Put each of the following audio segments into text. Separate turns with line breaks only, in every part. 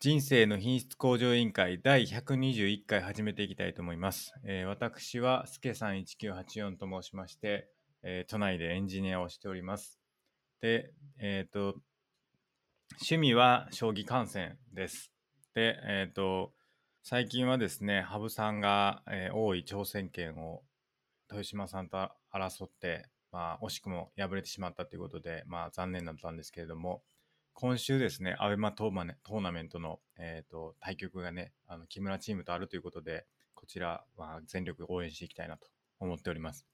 人生の品質向上委員会第121回始めていきたいと思います。えー私はすけさん1984と申しまして、えー都内でエンジニアをしております。で、えっ、と、趣味は将棋観戦です。で、えっ、と、最近はですね、羽生さんが、えー王位挑戦権を豊島さんと争って、まあ、惜しくも敗れてしまったということで、まあ、残念だったんですけれども、今週ですね、アベマトーマネトーナメントの、えー、と対局がね、あの木村チームとあるということで、こちらは全力応援していきたいなと思っております。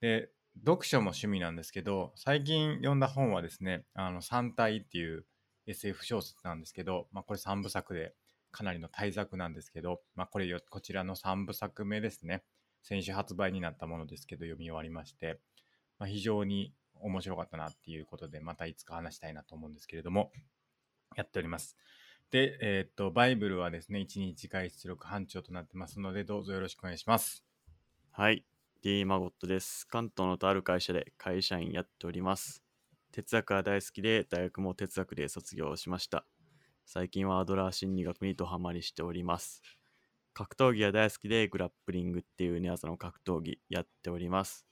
で、読書も趣味なんですけど、最近読んだ本はですね、あの三体っていう SF 小説なんですけど、まあ、これ3部作でかなりの大作なんですけど、まあ、これよこちらの3部作目ですね先週発売になったものですけど読み終わりまして、まあ、非常に面白かったなっていうことでまたいつか話したいなと思うんですけれどもやっておりますでえーっとバイブルはですね1日外出力班長となってますのでどうぞよろしくお願いします
はい、D マゴットです。関東のとある会社で会社員やっております。哲学は大好きで、大学も哲学で卒業しました。最近はアドラー心理学にドハマりしております。格闘技が大好きで、グラップリングっていう寝技の格闘技やっております。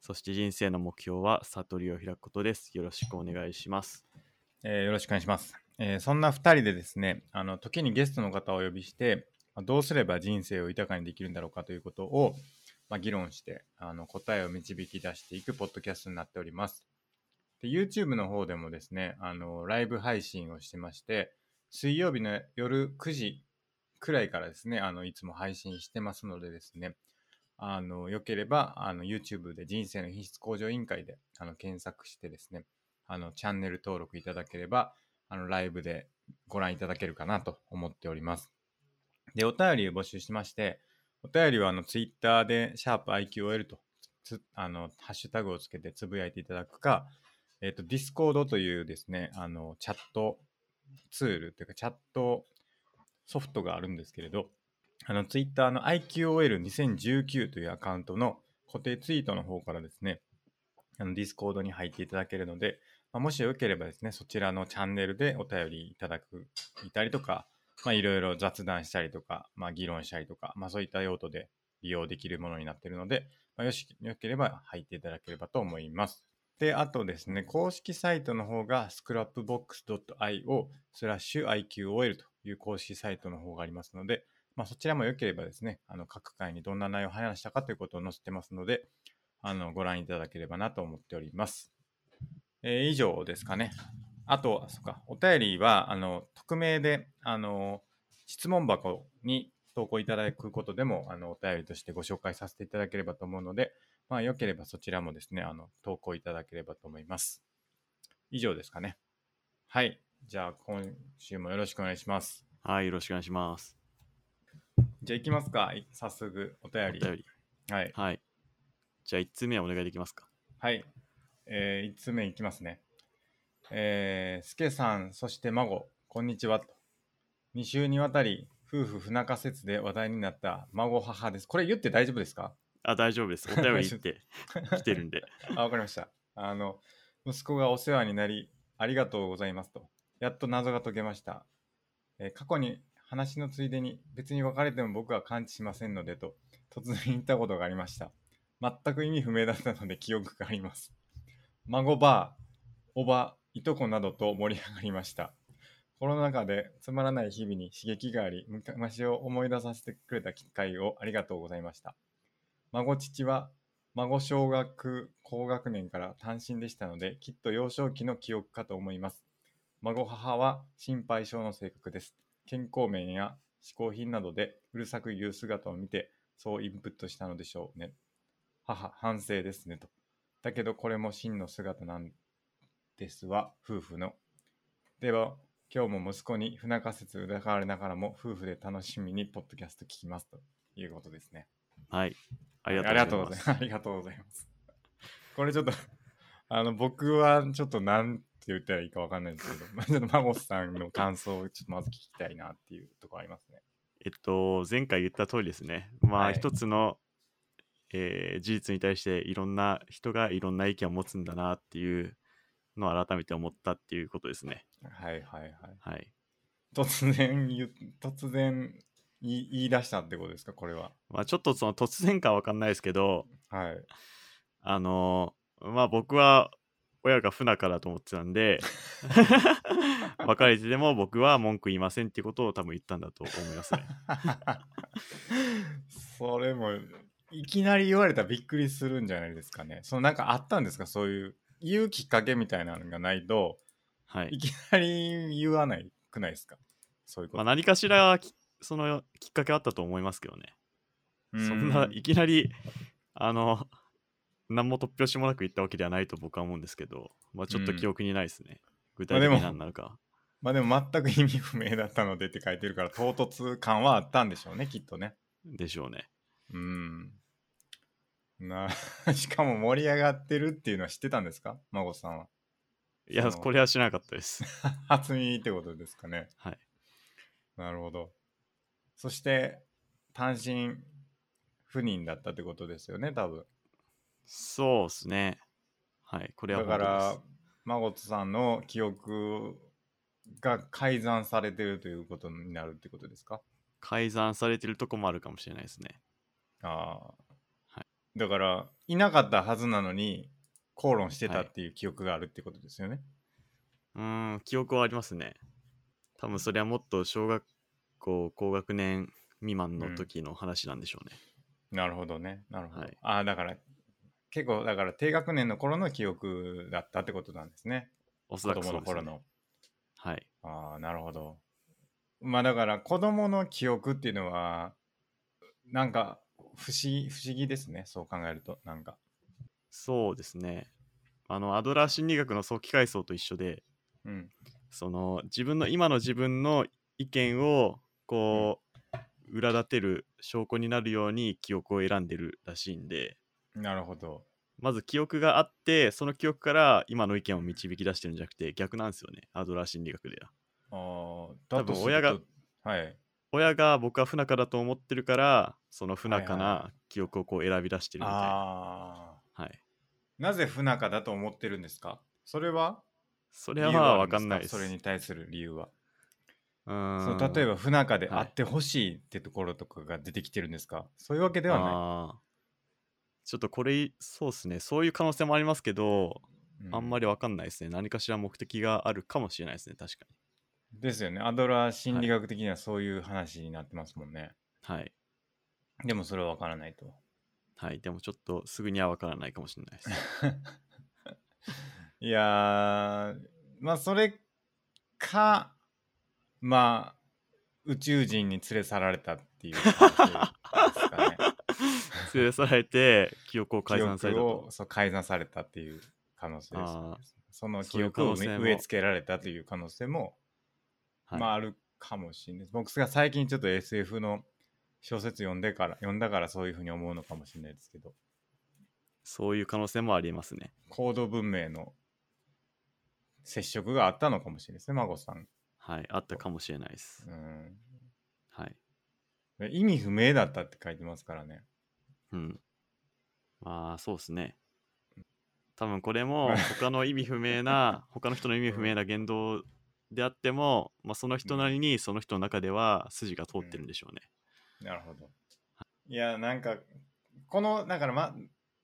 そして人生の目標は悟りを開くことです。よろしくお願いします。
えーよろしくお願いします。えーそんな2人でですね、あの時にゲストの方をお呼びして、まあどうすれば人生を豊かにできるんだろうかということを、まあ、議論してあの答えを導き出していくポッドキャストになっております。で YouTube の方でもですねあの、ライブ配信をしてまして、水曜日の夜9時くらいからですね、あのいつも配信してますのでですね、あのよければあの YouTube で人生の品質向上委員会であの検索してですね、あのチャンネル登録いただければあのライブでご覧いただけるかなと思っております。で、お便りを募集しまして、お便りはあの Twitter で、シャープ i q o l とつあのハッシュタグをつけてつぶやいていただくか、えっ、と、Discord というですね、あのチャットツールというか、チャットソフトがあるんですけれど、あの Twitter の IQOL2019 というアカウントの固定ツイートの方からですね、あの Discord に入っていただけるので、まあ、もしよければですね、そちらのチャンネルでお便りいただく、いたりとか、まあ、いろいろ雑談したりとか、まあ、議論したりとか、まあ、そういった用途で利用できるものになっているので、まあ、よし、よければ入っていただければと思います。で、あとですね、公式サイトの方が scrapbox.io スラッシュ IQOL という公式サイトの方がありますので、まあ、そちらもよければですね、あの各回にどんな内容を話したかということを載せてますので、あのご覧いただければなと思っております。えー以上ですかね。あと、そっか、お便りは、あの、匿名で、あの、質問箱に投稿いただくことでも、あの、お便りとしてご紹介させていただければと思うので、まあ、よければそちらもですね、あの、投稿いただければと思います。以上ですかね。はい。じゃあ、今週もよろしくお願いします。
はい、よろしくお願いします。
じゃあ、行きますか。い早速、お便
お
り。
便り。
はい。
はい。じゃあ、1通目お願いできますか。
はい。えー、1つ目いきますね。えー、すけさん、そして孫、こんにちは。2週にわたり、夫婦不仲説で話題になった孫母です。これ言って大丈夫ですか
あ、大丈夫です。お便り行って、来てるんで。
あ、わかりました。あの、息子がお世話になり、ありがとうございますと。やっと謎が解けました。えー過去に話のついでに、別に別れても僕は感知しませんのでと、突然言ったことがありました。全く意味不明だったので記憶があります。孫ばあ、おば、いとこなどと盛り上がりました。コロナ禍でつまらない日々に刺激があり、昔を思い出させてくれた機会をありがとうございました。孫父は孫小学高学年から単身でしたのできっと幼少期の記憶かと思います孫母は心配性の性格です健康面や嗜好品などでうるさく言う姿を見てそうインプットしたのでしょうね母反省ですねとだけどこれも真の姿なんですわ夫婦のでは今日も息子に不仲説疑われながらも夫婦で楽しみにポッドキャスト聞きますということですね
はい。あ
あ
り
り
が
が
と
と
う
う
ご
ご
ざい
ざいま
ます。
す。ありがとうございます。これちょっと、あの、僕はちょっとなんて言ったらいいかわかんないんですけど、 まあちょっとマゴスさんの感想をちょっとまず聞きたいなっていうところありますね。
えっと、前回言った通りですね。ま
は
あ、
い
一つの、えー事実に対していろんな人がいろんな意見を持つんだなっていうのを改めて思ったっていうことですね。
はいはいはい。
はい。
突然言う、突然言い言い出したってことですか、これは。
まあ、ちょっとその突然かわかんないですけど、
はい。
あのーまあ僕は親が不仲だと思ってた んで別れてでも僕は文句言いませんってことを多分言ったんだと思いますね
それも、いきなり言われたらびっくりするんじゃないですかね。そのなんかあったんですか、そういう、言うきっかけみたいなのがないと、
はい
い、きなり言わないくないですかそういうこ
まあ、
と。
何かしらきそのきっかけあったと思いますけどね
う
そんないきなりあの何も突拍子もなく言ったわけではないと僕は思うんですけど、まあ、ちょっと
うん
記憶にないですね、具
まあ
体的
で
に
も
何なのか、
まあでも全く意味不明だったのでって書いてるから唐突感はあったんでしょうねきっとね
でしょうね
うんな しかも盛り上がってるっていうのは知ってたんですか孫さんはい
や
その
これは知らなかったです
初耳ってことですかね
はい
なるほどそして単身赴任だったってことですよね多分
そうですねはいこれは
だ
本当
か
です
ら孫さんの記憶が改ざんされてるということになるってことですか
改ざんされてるとこもあるかもしれないですね。
ああ、
は
だからいなかったはずなのに口論してたっていう記憶があるってことですよね、
うーん、記憶はありますね。多分それはもっと小学校高学年未満の時の話なんでしょうね。
なるほどねなるほど、
はい
ああだから結構だから低学年の頃の記憶だったってことなんですね
おそ
子
らく
供
そう
の
です、ね。
頃の
はい。
ああなるほどまあだから子供の記憶っていうのはなんか不思議不思議ですねそう考えるとなんか
そうですね。あの、アドラー心理学の早期回想と一緒で、
うん
その自分の今の自分の意見をこう、裏立てる証拠になるように記憶を選んでるらしいんで、
なるほど
まず記憶があって、その記憶から今の意見を導き出してるんじゃなくて逆なんですよね。アドラー心理学では。
ああだと
多分
すると
親が
はい
親が僕は不仲だと思ってるからその不仲
はい
な記憶をこう選び出してるみたいな、は
ああ
い
なぜ不仲だと思ってるんですかそれは
そ
理
れ
由
は
はあ
分
るで
か
す
んないです
それに対する理由は。
う
そ
ーん
の例えば不仲で
はい
あってほしいってところとかが出てきてるんですか、そういうわけではな
あーちょっとこれそうですねそういう可能性もありますけど、
い。う
あんまり分かんないですね何かしら目的があるかもしれないですね確かに
ですよね。アドラー心理学的にはそういう話になってますもんね。
はい
でもそれはわからないと。
はいでもちょっとすぐには分からないかもしれないです
いやー、まあそれか、まあ宇宙人に連れ去られたっていう話ですか ね。
連れ去られて記憶を改ざんされ
記
た
憶
と
をそう改ざんされたっていう可能性です
あー
その
そう
記
いう
憶を
可能
植
性
え
も
植え付けられたという可能性も、
はい、
まああるかもしれないです僕が最近ちょっと SF の小説読んでから読んだからそういうふうに思うのかもしれないですけど
そういう可能性もありますね
行動文明の接触があったのかもしれないですね孫さん
はいあったかもしれないです、
うん
はい
で意味不明だったって書いてますからね
うん。まあ、そうですね。多分これも
まあ
他の意味不 明な、他の人の意味不明な言動であっても、まあ、その人なりにその人の中では筋が通ってるんでしょうね。
なるほど。いや、なんか、この、だから、ま、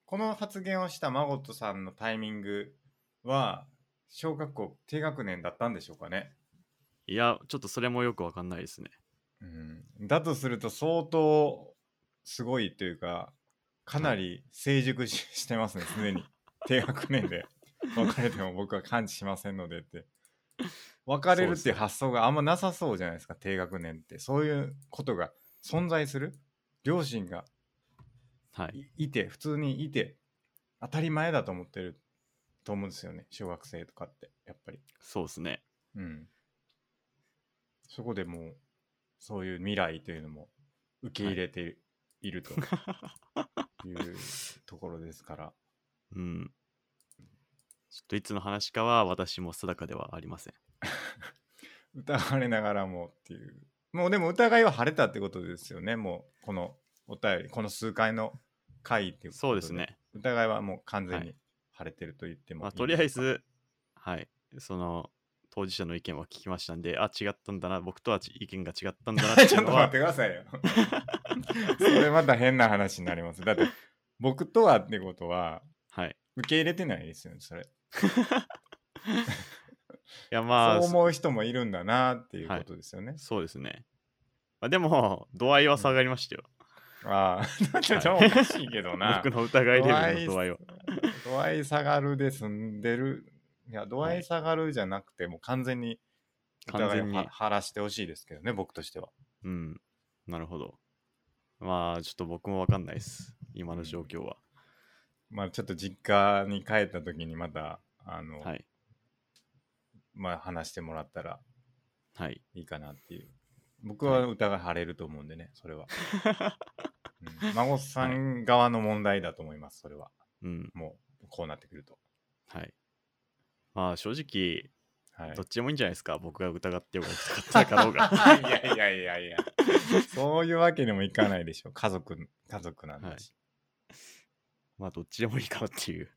この発言をしたマゴットさんのタイミングは、小学校低学年だったんでしょうかね。
いや、ちょっとそれもよくわかんないですね。
うん、だとすると、相当すごいというか、かなり成熟し,、して ますね、すでに。低学年で。別れても僕は感知しませんのでって。別れるっていう発想があんまなさそうじゃないですか、低学年って。そういうことが存在する両親が
はい。
いいて普通にいて当たり前だと思ってると思うんですよね小学生とかってやっぱり
そうですね。
うんそこでもうそういう未来というのも受け入れている,、というところですから
うん。ちょっといつの話かは私も定かではありません。
疑われながらもっていうもうでも疑いは晴れたってことですよねもうこのお便りこの数回の回っていうこと
そうですね。
疑いはもう完全
は
に晴れてると言っても
まあ、
いい
とりあえず、はい。その、当事者の意見は聞きましたんで、あ、違ったんだな、僕とはち意見が違ったんだなっ て
ち
い
ょ
う
っ
の
と待
は
っ、てくださいよ。それまた変な話になります。だって、僕とはってことは、
はい。
受け入れてないですよね、それ。
いや、まあ、
そう
そ
思う人もいるんだなっていうことですよね。
そうですね。まあ、でも、 度合いは下がりましたよ。
ああ、だって、
はい
ちょおかしいけどな。
僕の疑いレベルの
度
度
合
合
い
いは。
度合い下がるで済んでる。いや、度合い下がるじゃなくて、もう完全に
完
疑いを
全に
は晴らしてほしいですけどね、僕としては。
うん。なるほど。まあ、ちょっと僕もわかんないです。今の状況は。
まあ、ちょっと実家に帰った時にまた、あの、
はい。
まあ、話してもらったら
はい。
いいかなっていう。僕は疑い晴れると思うんでね、それ は。うん孫さん側の問題だと思います、それは。
うん。
もう、こうなってくると。
はい。まあ、正直、
はい
どっちでもいいんじゃないですか。僕が疑ってようが疑ってなかろ うが。
いやいやいやいや、そういうわけにもいかないでしょ。家族、家族なんだし。
まあ、どっちでもいいかなっていう。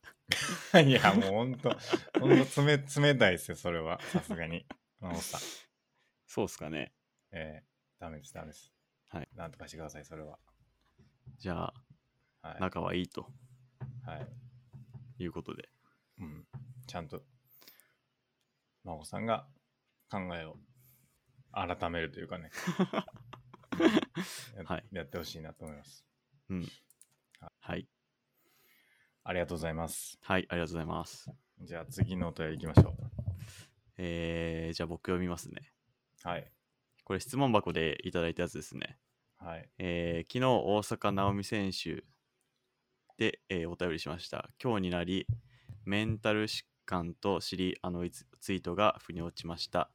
い、や、もうほんと、ほんと冷冷たいですよ、それは。さすがに。真帆さん。
そうっすかね。
えー、ダメです、ダメです。
はい。
なんとかしてください、それは。
じゃあ、
はい。
仲はいいと
はい。
いうことで。
うん。ちゃんと、真帆さんが考えを改めるというかね。 や
はい
やってほしいなと思います。
はい。
ありがとうございます。
はい、ありがとうございます。
じゃあ次のお便りいきましょ
えー、じゃあ僕読みますね。
う。はい。
これ質問箱でいただいたやつですね。
はい。
えー昨日大坂なおみ選手で、えーお便りしました。今日になり、メンタル疾患と知り、あのいつツイートが腑に落ちました。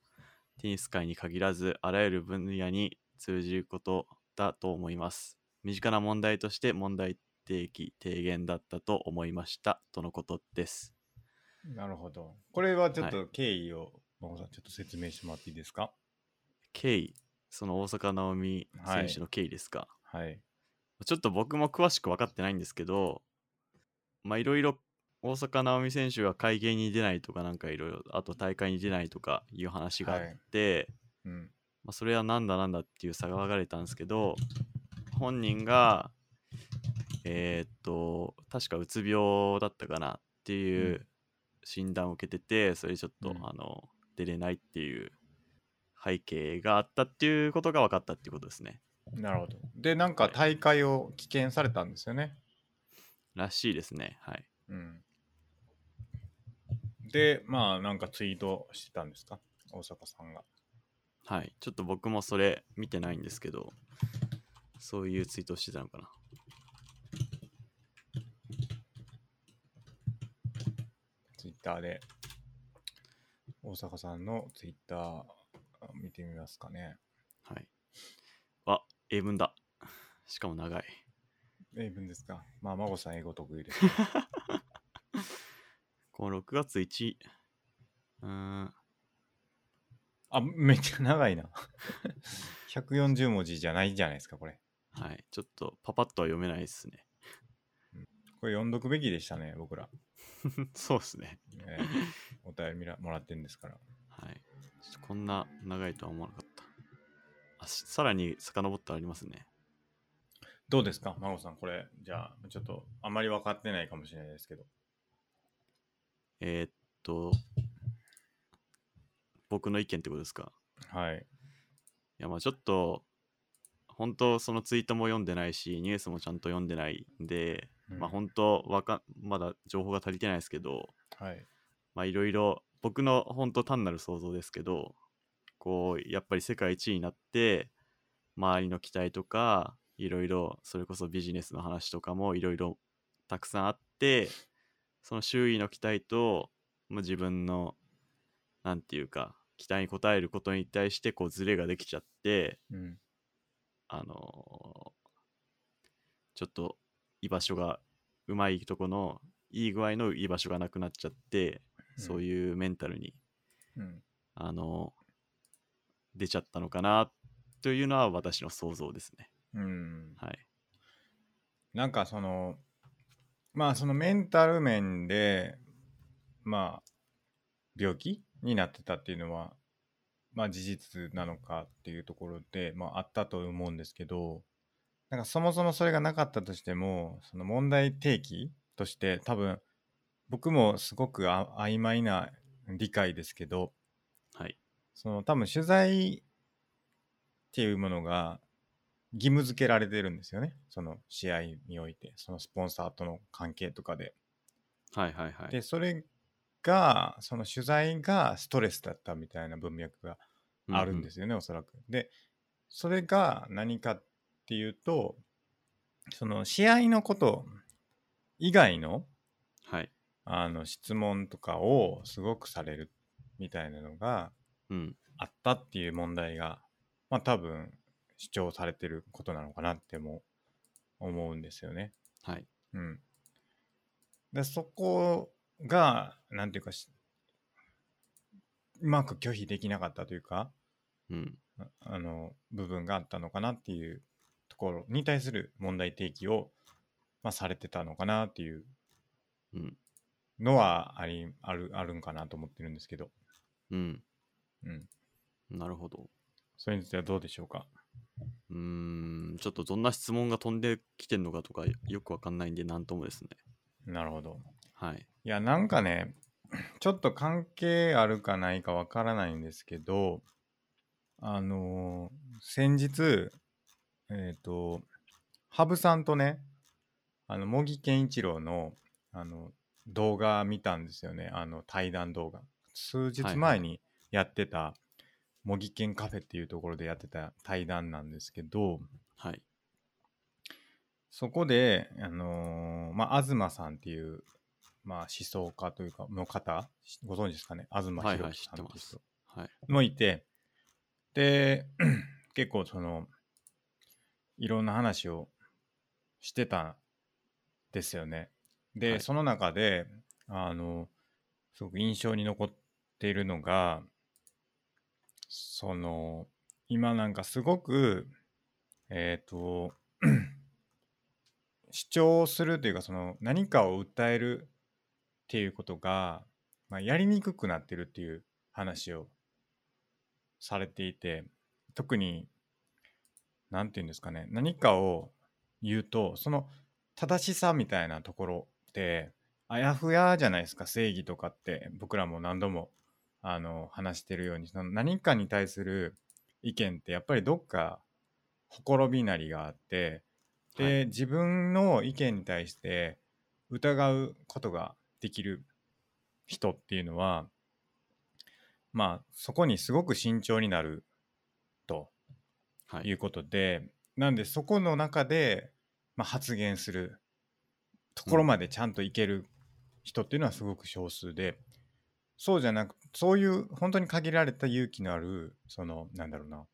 テニス界に限らず、あらゆる分野に通じることだと思います。身近な問題として問題提起、提言だったと思いました。とのことです。
なるほど。これはちょっと経緯を、真帆さん、ちょっと説明してもらっていいですか
経緯、その大坂なおみ選手の経緯ですか、
はい。
ちょっと僕も詳しく分かってないんですけど、まあいろいろ大坂なおみ選手が会見に出ないとかなんかいろいろ、あと大会に出ないとかいう話があって、
うん。
まあそれはなんだなんだっていう差が分かれたんですけど、本人が、えーっと、確かうつ病だったかなっていうう診断を受けてて、それでちょっと、
うん
あの、出れないっていう背景があったっていうことが分かったっていうことですね。
なるほど。で、なんか大会を棄権されたんですよね。
らしいですね。はい。
うん。で、まあ、なんかツイートしてたんですか大坂さんが。
はい、ちょっと僕もそれ見てないんですけど、そういうツイートをしてたのかな。
ツイッターで。大坂さんのツイッター見てみますかね。
はい。あ、英文だ。しかも長い。
英文ですかまあ、孫さん英語得意です ね。
この6月1、うーん、
あ、めっちゃ長いな。140文字じゃないじゃないですか、これ。
はい、ちょっとパパッとは読めないですね。
これ読んどくべきでしたね、僕ら。
そうですね。
えーお便りみらもらってんですから。
はい。ちょっとこんな長いとは思わなかった。あしさらに遡ってありますね。
どうですか、孫さん、これ、じゃあ、ちょっと、あまり分かってないかもしれないですけど。
えーっと、僕の意見ってことですか
はい。
いやまあちょっと本当そのツイートも読んでないしニュースもちゃんと読んでないんで、
うん
まあ本当わかまだ情報が足りてないですけど
はい。
まあいろいろ僕の本当単なる想像ですけどこうやっぱり世界一位になって周りの期待とかいろいろそれこそビジネスの話とかもいろいろたくさんあってその周囲の期待と、まあ、自分のなんていうか期待に応えることに対してこうズレができちゃって
うん。
あのーちょっと居場所がうまいとこのいい具合の居場所がなくなっちゃって、そう
い
いうメンタルに、
うん。うん。
あのー出ちゃったのかなというのは私の想像ですね。
うん、
はい。
なんか、その、まあ、そのメンタル面で、まあ、病気になってたっていうのは、まあ、事実なのかっていうところで、まあ、あったと思うんですけどなんかそもそもそれがなかったとしてもその問題提起として多分僕もすごくあ曖昧な理解ですけど
はい。
その多分取材っていうものが義務付けられてるんですよねその試合においてそのスポンサーとの関係とかで。
はいはいはい。。
でそれがその取材がストレスだったみたいな文脈があるんですすよね、おそらく。でそれが何かっていうとその試合のこと以外の
はい。
あの質問とかをすごくされるみたいなのが
うん。
あったっていう問題がまあ多分主張されてることなのかなっても思うんですよね。
はい。
うん、でそこがなんていうかしうまく拒否できなかったというか
うん。
ああの部分があったのかなっていうところに対する問題提起を、まあ、されてたのかなっていう
うん。
のはありあるあるんかなと思ってるんですけど、
うん。
うん、
なるほど。
それについてはどうでしょうか
うーん。ちょっとどんな質問が飛んできてんのかとかよくわかんないんで、なんともですね。
なるほど
はい。
いやなんかね ちょっと関係あるかないかわからないんですけどあのー先日えっ、と羽生さんとねあの茂木健一郎のあの動画見たんですよねあの対談動画数日前にやってた茂木健カフェっていうところでやってた対談なんですけど
はい。
そこで、あのーまあ、東さんっていう、まあ、思想家というか、の方、しご存知ですかね、東
はいは
博
い
樹さんって
知っ
い
て
う
ます
人
はい。
もいて、で、 結構その、いろんな話をしてたんですよね。で、
はい
その中で、あの、すごく印象に残っているのが、その、今なんかすごく、えっ、と、 主張するというか、その何かを訴えるっていうことが、まあ、やりにくくなってるっていう話をされていて、特に、なんていうんですかね、何かを言うと、その正しさみたいなところって、あやふやじゃないですか、正義とかって、僕らも何度もあの話してるように、その何かに対する意見って、やっぱりどっか、ほころびなりがあって、で、
はい
自分の意見に対して疑うことができる人っていうのは、まあ、そこにすごく慎重になると
はいい。
うことで、なんでそこの中で、まあ、発言するところまでちゃんといける人っていうのはすごく少数で、そうじゃなくそういう本当に限られた勇気のあるそのなんだろうな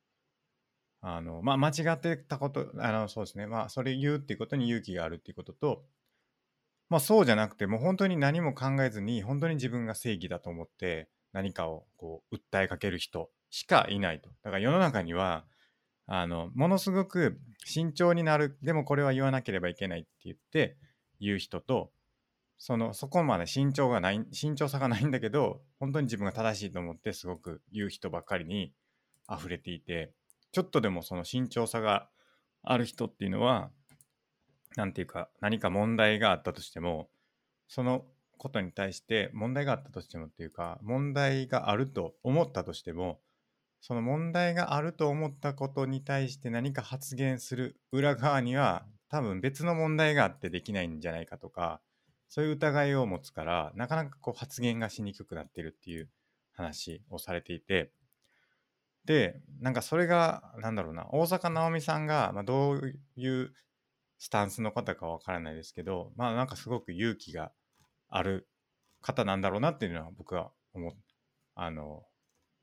あのまあ間違ってたことあのそうですねまあそれ言うっていうことに勇気があるっていうこととまあそうじゃなくてもう本当に何も考えずに本当に自分が正義だと思って何かをこう訴えかける人しかいないとだから世の中にはあのものすごく慎重になるでもこれは言わなければいけないって言って言う人とそのそこまで慎重がない慎重さがないんだけど本当に自分が正しいと思ってすごく言う人ばっかりに溢れていてちょっとでもその慎重さがある人っていうのは何ていうか何か問題があったとしてもそのことに対して問題があったとしてもっていうか問題があると思ったとしてもその問題があると思ったことに対して何か発言する裏側には多分別の問題があってできないんじゃないかとかそういう疑いを持つからなかなかこう発言がしにくくなってるっていう話をされていてでなんかそれがなんだろうな大坂なおみさんが、まあ、どういうスタンスの方かわからないですけどまあなんかすごく勇気がある方なんだろうなっていうのは僕は思っあの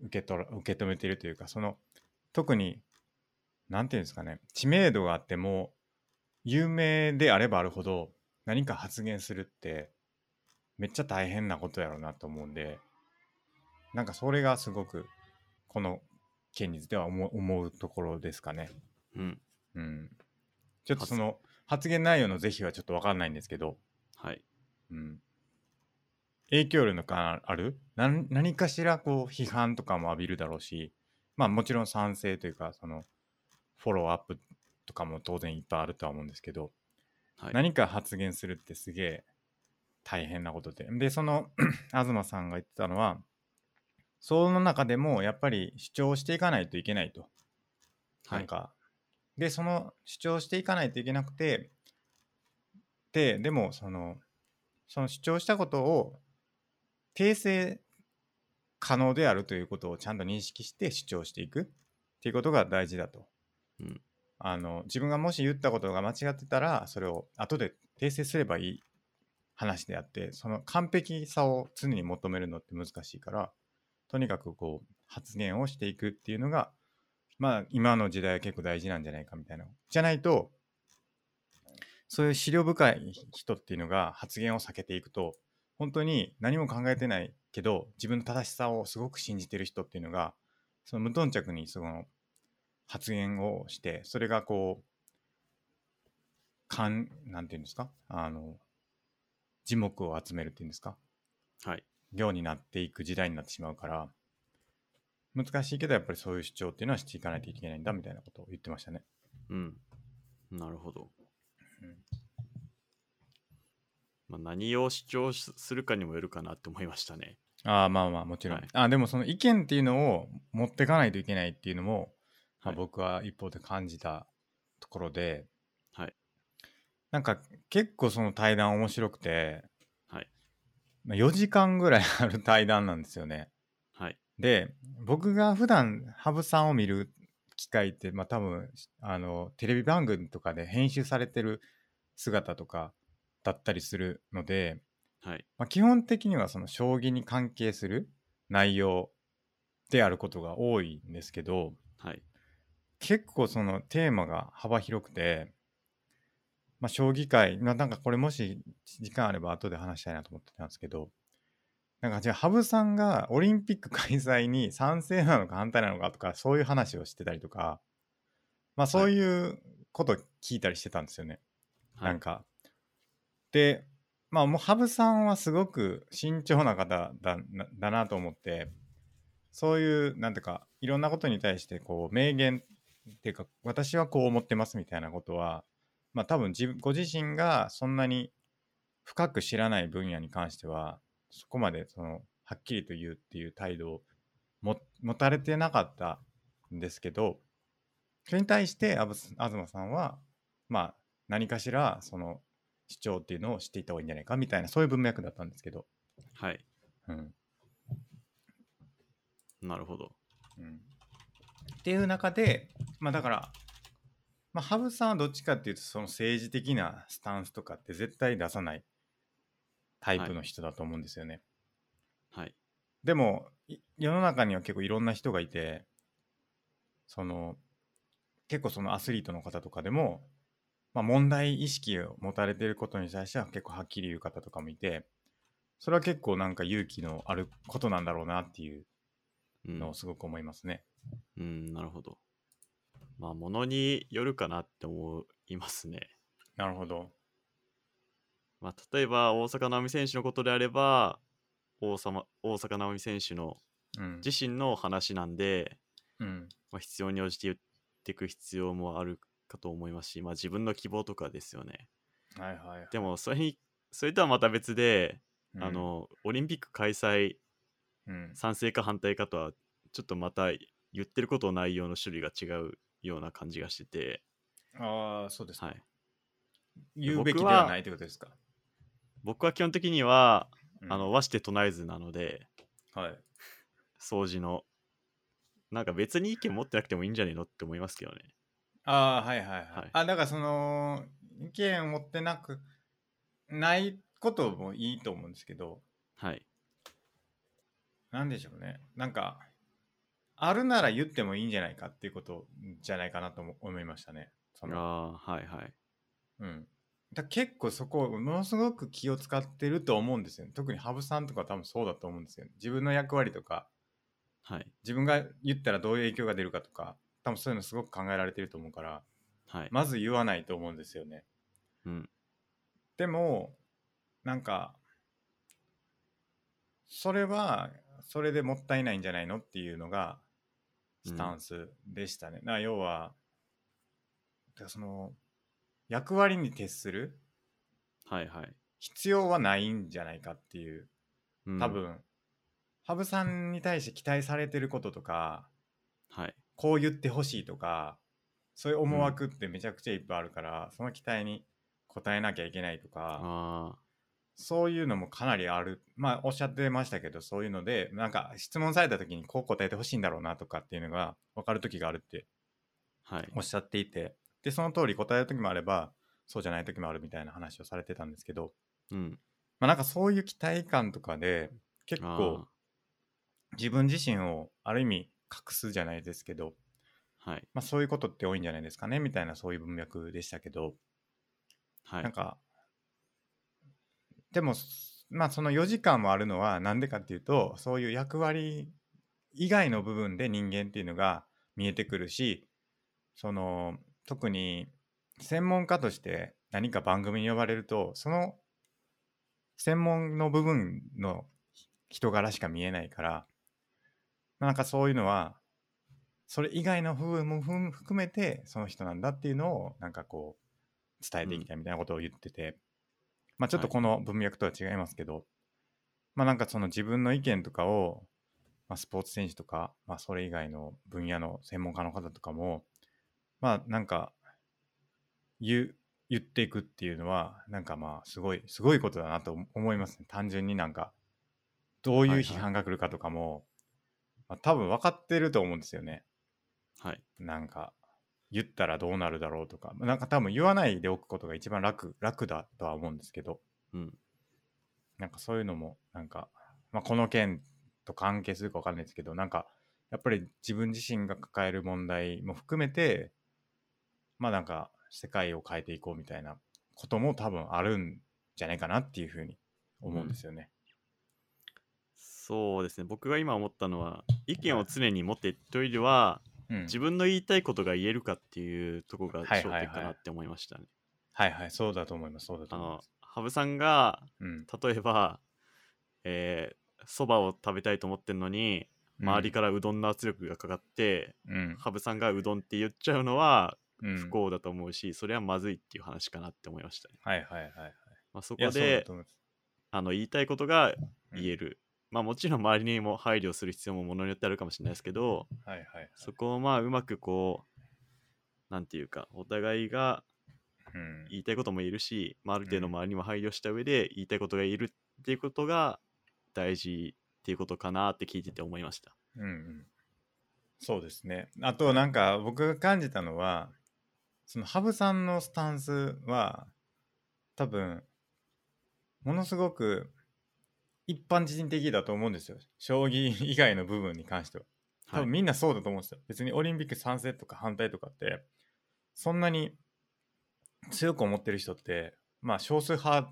受け取ら受け止めているというかその特になんていうんですかね知名度があっても有名であればあるほど何か発言するってめっちゃ大変なことやろうなと思うんでなんかそれがすごくこの件については思う思うところですかね。
うん。
うん、ちょっとその発言内容の是非はちょっと分かんないんですけど、
はい。
うん、影響力がある何何かしらこう批判とかも浴びるだろうしまあもちろん賛成というかそのフォローアップとかも当然いっぱいあるとは思うんですけど、
はい
何か発言するってすげえ大変なことででその 東さんが言ってたのはその中でもやっぱり主張していかないといけないと
は
なん
い、
かでその主張していかないといけなくてででもそのその主張したことを訂正可能であるということをちゃんと認識して主張していくっていうことが大事だと、
うん
あの自分がもし言ったことが間違ってたらそれを後で訂正すればいい話であってその完璧さを常に求めるのって難しいからとにかくこう発言をしていくっていうのがまあ今の時代は結構大事なんじゃないかみたいな。じゃないとそういう資料深い人っていうのが発言を避けていくと本当に何も考えてないけど自分の正しさをすごく信じてる人っていうのがその無頓着にその発言をしてそれがこうかんなんていうんですかあの樹木を集めるっていうんですか
はい
量になっていく時代になってしまうから難しいけどやっぱりそういう主張っていうのはしていかないといけないんだみたいなことを言ってましたね。
うん。なるほど
うん。
まあ、何を主張すするかにもよるかなって思いましたね。
ああまあまあもちろん。
はい
あでもその意見っていうのを持ってかないといけないっていうのも、まあ、
はい
僕は一方で感じたところで、
はい
なんか結構その対談面白くて、
はい
まあ、4時間ぐらいある対談なんですよね。
はい。
で僕が普段羽生さんを見る機会って、まあ、多分あのテレビ番組とかで編集されてる姿とかだったりするので、
はい。
まあ、基本的にはその将棋に関係する内容であることが多いんですけど
はい。
結構そのテーマが幅広くて、まあ、将棋界、まあ、なんかこれもし時間あれば後で話したいなと思ってたんですけどなんかじゃあ羽生さんがオリンピック開催に賛成なのか反対なのかとかそういう話をしてたりとか、まあ、そういうことを聞いたりしてたんですよね。
は
なん
い。
か、でまあもう羽生さんはすごく慎重な方だなだなと思ってそういうなんていうかいろんなことに対してこう明言っていうか私はこう思ってますみたいなことはまあ多分自分ご自身がそんなに深く知らない分野に関してはそこまでそのはっきりと言うっていう態度をも持たれてなかったんですけどそれに対してあぶ東さんはまあ何かしらその主張っていうのをしていった方がいいんじゃないかみたいなそういう文脈だったんですけど、
はい。
うん
なるほど。
うん、っていう中でまあだから、まあ、羽生さんはどっちかっていうとその政治的なスタンスとかって絶対出さないタイプの人だと思うんですよね。
はい。
でもい世の中には結構いろんな人がいてその結構そのアスリートの方とかでも、まあ、問題意識を持たれていることに対しては結構はっきり言う方とかもいてそれは結構なんか勇気のあることなんだろうなっていう
うん
のをすごく思いますね。
うん、なるほど。まあ、ものによるかなって思いますね。
なるほど。
まあ、例えば、大坂なおみ選手のことであれば、王様大坂なおみ選手の
うん。
自身の話なんで、
うん、
まあ、必要に応じて言っていく必要もあるかと思いますし、まあ、自分の希望とかですよね。
はいはい。
でも、それに、それとはまた別で、
うん
あ、の、オリンピック開催
うん、
賛成か反対かとは、ちょっとまた言ってることの内容の種類が違うような感じがしてて、
ああそうです、
はい。
言うべきで
僕は
はないということですか。
僕は基本的には、
うん
あの和して唱えずなので
はい、
掃除のなんか別に意見持ってなくてもいいんじゃねえのって思いますけどね
ああはいはいはい、
はい
あだからその意見を持ってなくないこともいいと思うんですけど
はい
なんでしょうねなんかあるなら言ってもいいんじゃないかっていうことじゃないかなとも思いましたねその、
ああはいはい
うん、だ結構そこをものすごく気を使ってると思うんですよね特に羽生さんとか多分そうだと思うんですよね自分の役割とか
はい
自分が言ったらどういう影響が出るかとか多分そういうのすごく考えられてると思うから
はい、
まず言わないと思うんですよね
うん
でもなんかそれはそれでもったいないんじゃないのっていうのがスタンスでしたね。だから要はだからその役割に徹する
はいはい。
必要はないんじゃないかっていう
うん
多。分、羽生さんに対して期待されてることとか
はい。
こう言ってほしいとかそういう思惑ってめちゃくちゃいっぱいあるから、その期待に応えなきゃいけないとか
あ
そういうのもかなりあるまあおっしゃってましたけどそういうのでなんか質問された時にこう答えてほしいんだろうなとかっていうのが分かる時があるって
あ。はい
お。っしゃっていてでその通り答える時もあればそうじゃない時もあるみたいな話をされてたんですけど、
うん。
まあ、なんかそういう期待感とかで結構
あ
自分自身をある意味隠すじゃないですけど、
あ。はい。
まあ、そういうことって多いんじゃないですかねみたいなそういう文脈でしたけど、
はい。
なんかでもまあその4時間もあるのはなんでかっていうとそういう役割以外の部分で人間っていうのが見えてくるしその特に専門家として何か番組に呼ばれるとその専門の部分の人柄しか見えないからなんかそういうのはそれ以外の部分もふん含めてその人なんだっていうのをなんかこう伝えていきたいみたいなことを言ってて、まあちょっと
はい
この文脈とは違いますけど、まあなんかその自分の意見とかを、まあ、スポーツ選手とか、まあ、それ以外の分野の専門家の方とかもまあなんか言う言っていくっていうのはなんかまあすごいすごいことだなと思いますね単純になんかどういう
はいはい
批判が来るかとかも、まあ、多分分かってると思うんですよね
はい。
なんか言ったらどうなるだろうとかなんか多分言わないでおくことが一番楽楽だとは思うんですけど
うん。
なんかそういうのもなんか、まあ、この件と関係するか分かんないですけどなんかやっぱり自分自身が抱える問題も含めてまあなんか世界を変えていこうみたいなことも多分あるんじゃないかなっていうふうに思うんですよね。
そうですね。僕が今思ったのは、意見を常に持っていくというよりは、
うん
自分の言いたいことが言えるかっていうところが
はい
焦
はいはい
点かなって思いましたね。
はいはいそうだと思いますそうだと
あ
思い
の
ます。、
羽生さんが、
うん、
例えば、えー、そばを食べたいと思ってんのに、周りからうどんの圧力がかかって、
うん
羽生さんがうどんって言っちゃうのは
うん
不幸だと思うし、それはまずいっていう話かなって思いましたね。
はいはいはいはい。
まあ、そ
いや
こ
そうだ
で
と思います
あの言いたいことが
うん
言える、まあもちろん周りにも配慮する必要もものによってあるかもしれないですけど
はいはい。
そこをまあうまくこうなんていうかお互いが
うん
言いたいことも言えるし、まあ、ある程度
うん
周りにも配慮した上で言いたいことが言えるっていうことが大事っていうことかなって聞いてて思いました
うんうん、そうですね。あとなんか僕が感じたのはその羽生さんのスタンスは多分ものすごく一般人的だと思うんですよ将棋以外の部分に関しては。多
はい
分みんなそうだと思うんですよ。別にオリンピック賛成とか反対とかってそんなに強く思ってる人ってまあ少数派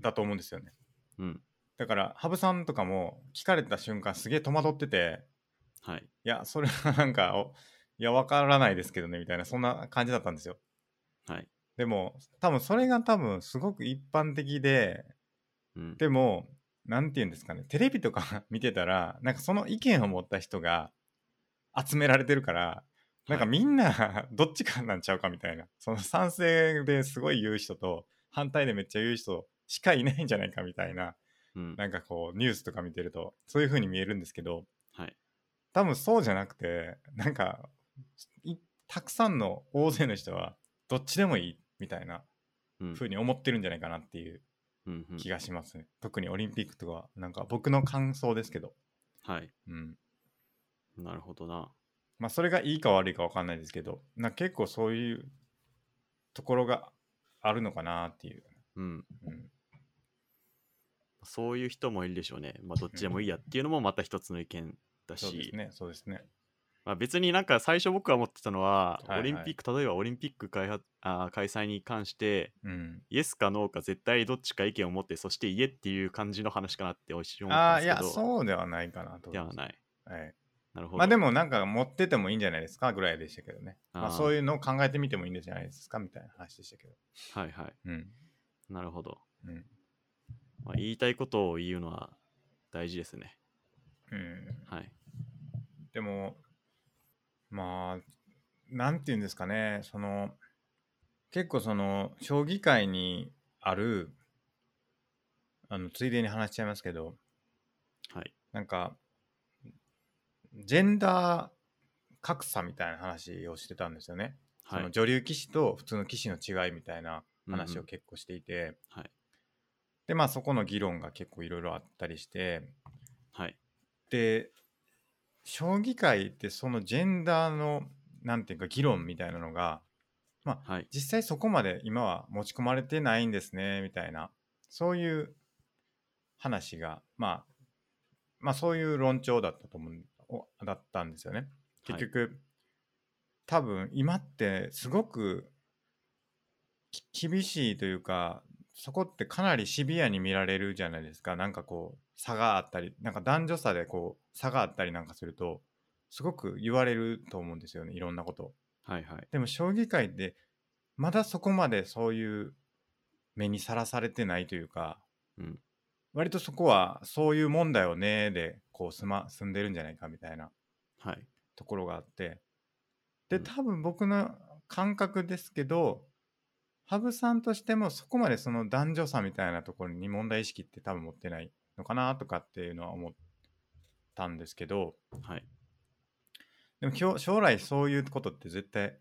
だと思うんですよね。
うん
だから羽生さんとかも聞かれた瞬間すげえ戸惑ってて
はい
いや、それはなんか、おいや、わからないですけどね、みたいな、そんな感じだったんですよ。
はい
でも、多分それが多分すごく一般的で、
うん
でも、なんて言うんですかね、テレビとか 見てたら、なんかその意見を持った人が集められてるから、なんか
はい
みんな どっちかなんちゃうかみたいな、その賛成ですごい言う人と、反対でめっちゃ言う人しかいないんじゃないかみたいな、
うん
なんかこう、ニュースとか見てると、そういう風に見えるんですけど、
はい
多分そうじゃなくてなんかいたくさんの大勢の人はどっちでもいいみたいな
うん
風に思ってるんじゃないかなっていう
うんうん
気がしますね、特にオリンピックとかなんか僕の感想ですけど、
はい
うん、
なるほどな
まあそれがいいか悪いか分かんないですけどなんか結構そういうところがあるのかなっていう、
うん
うん、
そういう人もいるでしょうねまあどっちでもいいやっていうのもまた一つの意見だし
そうですねそうですね
まあ、別になんか最初僕が思ってたの
は
は、
いはい
オリンピック例えばオリンピック開発あー開催に関して
うん
イエスかノーか絶対どっちか意見を持ってそして言えっていう感じの話かなって一瞬思った
あ
ん
あ
で
い
すけ
や
ど
そうではないかなと
で
思いま
は
す
ない
はい
なるほど、
まあでもなんか持っててもいいんじゃないですかぐらいでしたけどね。ま
あ
あ
ー
そういうのを考えてみてもいいんじゃないですかみたいな話でしたけど。
はいはい
うん。
なるほど、
うん。
まあ、言いたいことを言うのは大事ですね。
うん、
はい。
でもまあなんて言うんですかねその結構その将棋界にあるあのついでに話しちゃいますけど
はい。
なんかジェンダー格差みたいな話をしてたんですよね、
は
その
い。
女流棋士と普通の棋士の違いみたいな話
う
を
ん
結構していて、
はい
でまあそこの議論が結構いろいろあったりして
はい。
で将棋界ってそのジェンダーのなんていうか議論みたいなのが
はい。
実際そこまで今は持ち込まれてないんですねみたいなそういう話が、まあ、まあそういう論調だったと思うんおだったんですよね。結局、多分今ってすごくき厳しいというかそこってかなりシビアに見られるじゃないですかなんかこう差があったりなんか男女差でこう差があったりなんかするとすごく言われると思うんですよねいろんなこと。
はい。はい。
でも将棋界ってまだそこまでそういう目にさらされてないというか、
うん
割とそこはそういうもんだよねでこう済ま済んでるんじゃないかみたいな
はい。
ところがあって
う
で
ん
多分僕の感覚ですけど羽生さんとしてもそこまでその男女差みたいなところに問題意識って多分持ってないのかなとかっていうのは思ったんですけど、
はい。
でも今日将来そういうことって絶対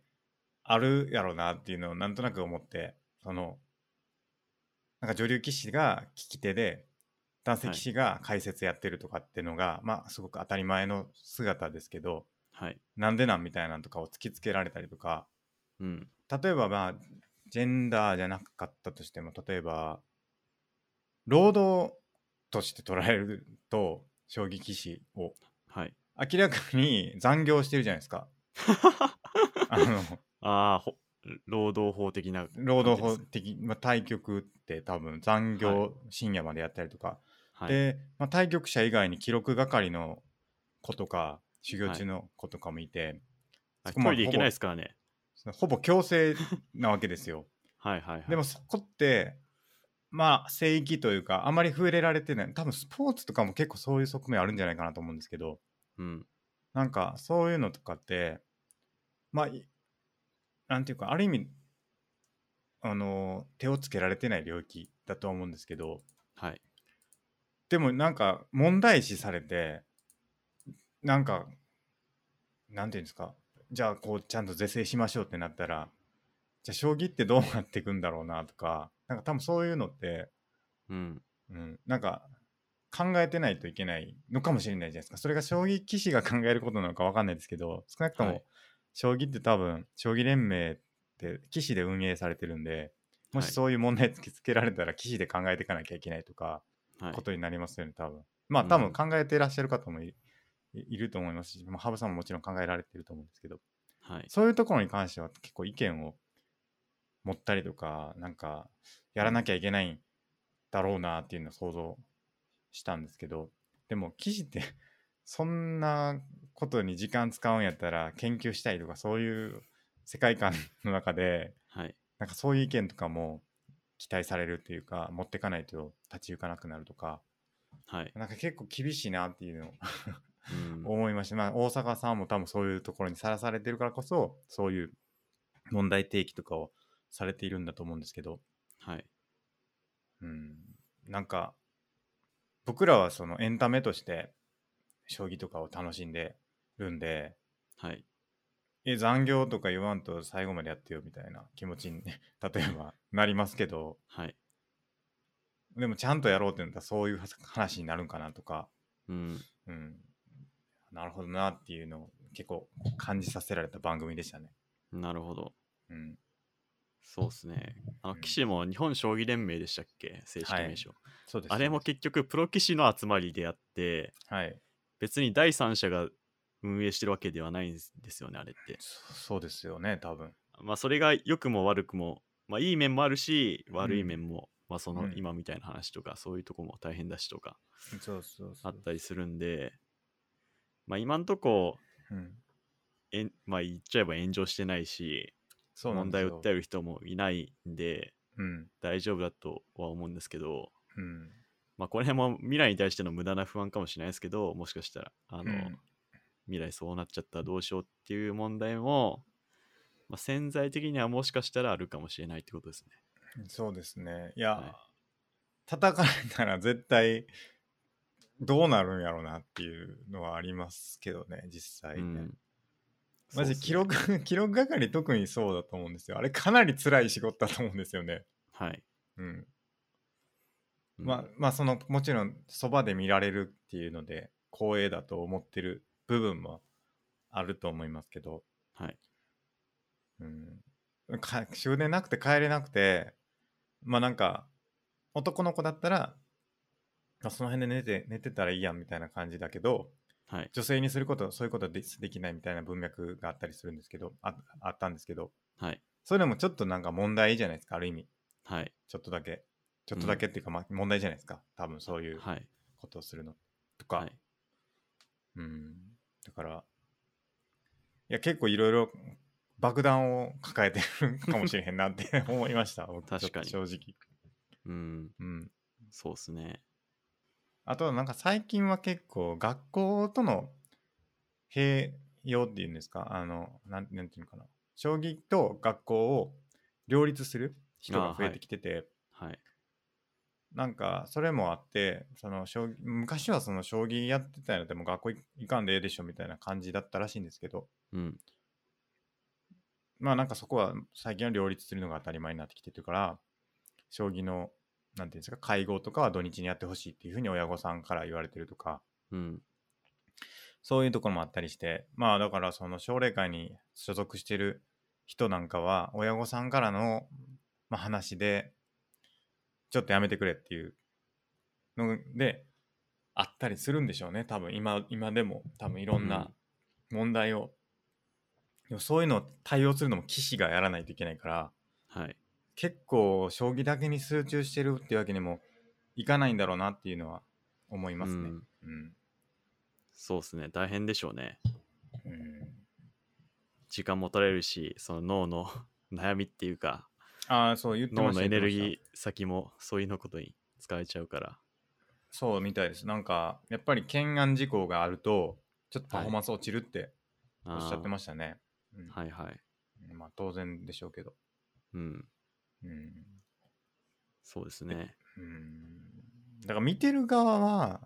あるやろうなっていうのをなんとなく思ってそのなんか女流棋士が聞き手で男性
は
棋
い
士が解説やってるとかっていうのが、まあすごく当たり前の姿ですけど
はい。
なんでなんみたいなのとかを突きつけられたりとか
うん。
例えばまあジェンダーじゃなかったとしても例えば労働として捉えると将棋棋士を
はい。
明らかに残業してるじゃないです か。あの
ああ、ほ労働法的な。
労働法
感じで
的、まあ、対局って多分残
は
業深夜までやったりとか、
す。はい。
で、まあ、対局者以外に記録係の子とか修行中の子とかもいて、
あ
そ
一
こまで
人で行けないですからね。
そのほぼ強制なわけですよ
はいはいはい。
でも、そこってまあ聖域というかあまり触れられてない多分スポーツとかも結構そういう側面あるんじゃないかなと思うんですけど
うん。
なんかそういうのとかってまあいなんていうかある意味あの手をつけられてない領域だとは思うんですけど
はい。
でもなんか問題視されてなんかなんていうんですかじゃあこうちゃんと是正しましょうってなったらじゃあ将棋ってどうなっていくんだろうなとかなんか多分そういうのって、
うん。
うん、なんか考えてないといけないのかもしれないじゃないですかそれが将棋棋士が考えることなのかわかんないですけど少なくと
は
も
い
将棋って多分将棋連盟って棋士で運営されてるんでも
は
し
い
そういう問題突きつけられたら棋士で考えていかなきゃいけないとか、
はい
こ。とになりますよね、多分。まあ、
うん
多分考えていらっしゃる方もい,い、いると思いますし、まあ、羽生さんももちろん考えられてると思うんですけど、
はい。
そういうところに関しては結構意見を持ったりとか、なんか、やらなきゃいけないんだろうなっていうのを想像したんですけど、でも、記事って、そんなことに時間使うんやったら、研究したいとか、そういう世界観の中で、
はい。
なんかそういう意見とかも期待されるというか、持ってかないと立ち行かなくなるとか、
はい。
なんか結構厳しいなっていうのを
うん
思いました。まあ、大阪さんも多分そういうところにさらされてるからこそ、そういう問題提起とかをされているんだと思うんですけど、
はい。
うん、なんか、僕らはそのエンタメとして、将棋とかを楽しんでるんで、
はい。
え、残業とか言わんと最後までやってよみたいな気持ちに、 例えばなりますけど、
はい。
でもちゃんとやろうってなったらそういう話になるんかなとか、
うん。
うん、なるほどなっていうのを結構感じさせられた番組でしたね。
なるほど。
うん、
そうですね。あの、
うん
棋士も日本将棋連盟でしたっけ正式名称。
そうです
あれも
そうで
結局、プロ棋士の集まりであって、
すはい
別に第三者が運営してるわけではないんですよね、あれって。
そそうですよね多分
まあ、それが良くも悪くも、まあ、いい面もあるし、悪い
うん
面も、まあ、そうの
ん
今みたいな話とか、そういうとこも大変だしとか、
そうそう
あったりするんで、まあ、今んとこ、
うん、
えんまあ、言っちゃえば炎上してないし、
そうなん
問
です
題
よ
を訴える人もいないんで、
うん
大丈夫だとは思うんですけど、
うん
まあ、これも未来に対しての無駄な不安かもしれないですけど、もしかしたら、あの、
うん
未来そうなっちゃったらどうしようっていう問題も、まあ、潜在的にはもしかしたらあるかもしれないってことですね。
そうですね。いや、
はい
叩かれたら絶対どうなるんやろうなっていうのはありますけどね、実際ね。
うん、
マジ、
そうっすね
記録、 記録係特にそうだと思うんですよ。あれかなり辛い仕事だと思うんですよね。
はい。
うん。
うん
まあ、まあ、その、もちろん、そばで見られるっていうので、光栄だと思ってる部分もあると思いますけど、
はい。
うん、か終電なくて帰れなくてまあなんか男の子だったらあその辺で寝て寝てたらいいやんみたいな感じだけど
はい。
女性にすることそういうことはでできないみたいな文脈があったりするんですけどああったんですけど
はい。
それでもちょっとなんか問題じゃないですかある意味
はい。
ちょっとだけちょっとだけっていうか、まあ問題じゃないですか多分そういう
はい。
ことをするのとか、
はい。
うんだからいや結構いろいろ爆弾を抱えてるかもしれへんなって思いました僕
確かに
ちょっと正直、
うん。
うん、
そうですね。
あとはなんか最近は結構学校との併用っていうんですかあのなんなんていうのかな将棋と学校を両立する人が増えてきてて、
はい。
なんかそれもあってその将棋昔はその将棋やってたのでもう学校行かんでええでしょみたいな感じだったらしいんですけど
うん。
まあなんかそこは最近は両立するのが当たり前になってきてるから、将棋の、なんていうんですか、会合とかは土日にやってほしいっていうふうに親御さんから言われてるとか、
うん。
そういうところもあったりして、まあだからその奨励会に所属してる人なんかは、親御さんからの、まあ、話で、ちょっとやめてくれっていうので、あったりするんでしょうね、多分今、今でも、多分いろんな問題を。でもそういうのを対応するのも棋士がやらないといけないから、
はい。
結構将棋だけに集中してるっていうわけにもいかないんだろうなっていうのは思いますね。
うん
うん。
そうですね。大変でしょうね。
うん
時間も取れるし、その脳の 悩みっていうか、
ああ、そう言ってま
脳
した。
のエネルギ
言ってまし
ー先もそういうのことに使えちゃうから。
たそうみたいです。なんか、やっぱり懸案事項があると、ちょっとパフォーマンス落ちるっておっしゃってましたね。うん
あーはいはい。
まあ、当然でしょうけど。
うん。
うん。
そうですね。
うん。だから見てる側は、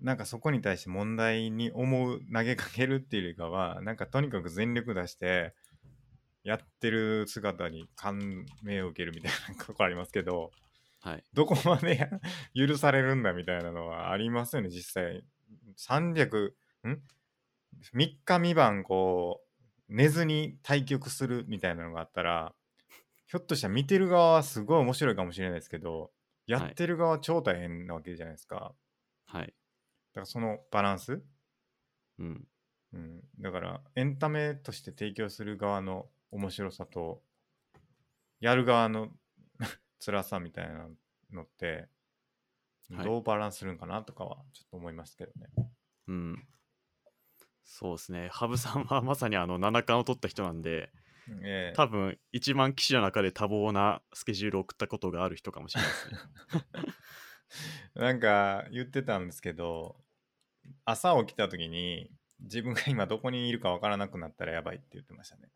なんかそこに対して問題に思う投げかけるっていうよりかはなんかとにかく全力出してやってる姿に感銘を受けるみたいなとこありますけど
はい。
どこまで や許されるんだみたいなのはありますよね実際300ん ?3 日3晩こう寝ずに対局するみたいなのがあったらひょっとしたら見てる側はすごい面白いかもしれないですけどやってる側は超大変なわけじゃないですか、
はい。
だからそのバランス、
うん。
うん、だからエンタメとして提供する側の面白さとやる側の 辛さみたいなのって
はい
どうバランスするんかなとかはちょっと思いますけどね、
うん。そうですね。羽生さんはまさにあの七冠を取った人なんで、
ええ
多分一番棋士の中で多忙なスケジュールを送ったことがある人かもしれない ですね。
なんか言ってたんですけど朝起きた時に自分が今どこにいるかわからなくなったらやばいって言ってましたね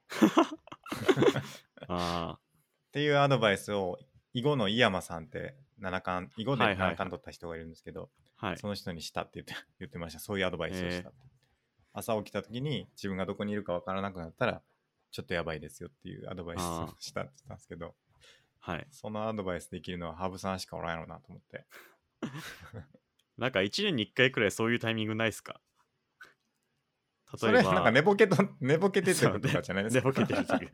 あ
っていうアドバイスを囲碁の井山さんって七冠囲碁で
はいはいはい
七冠取った人がいるんですけど、
あ、はい。
その人にしたって言 って言ってました。そういうアドバイスをしたって、朝起きた時に自分がどこにいるかわからなくなったら、ちょっとやばいですよっていうアドバイスを
あー
したって言ったんですけど、
はい。
そのアドバイスできるのは羽生さんしかおらんやろうなと思って。
なんか1年に1回くらいそういうタイミングないですか
そ
例え
れ
ば、
なんか寝ぼけと、寝ぼけててるとかじゃないです
寝
か。
ぼけて る時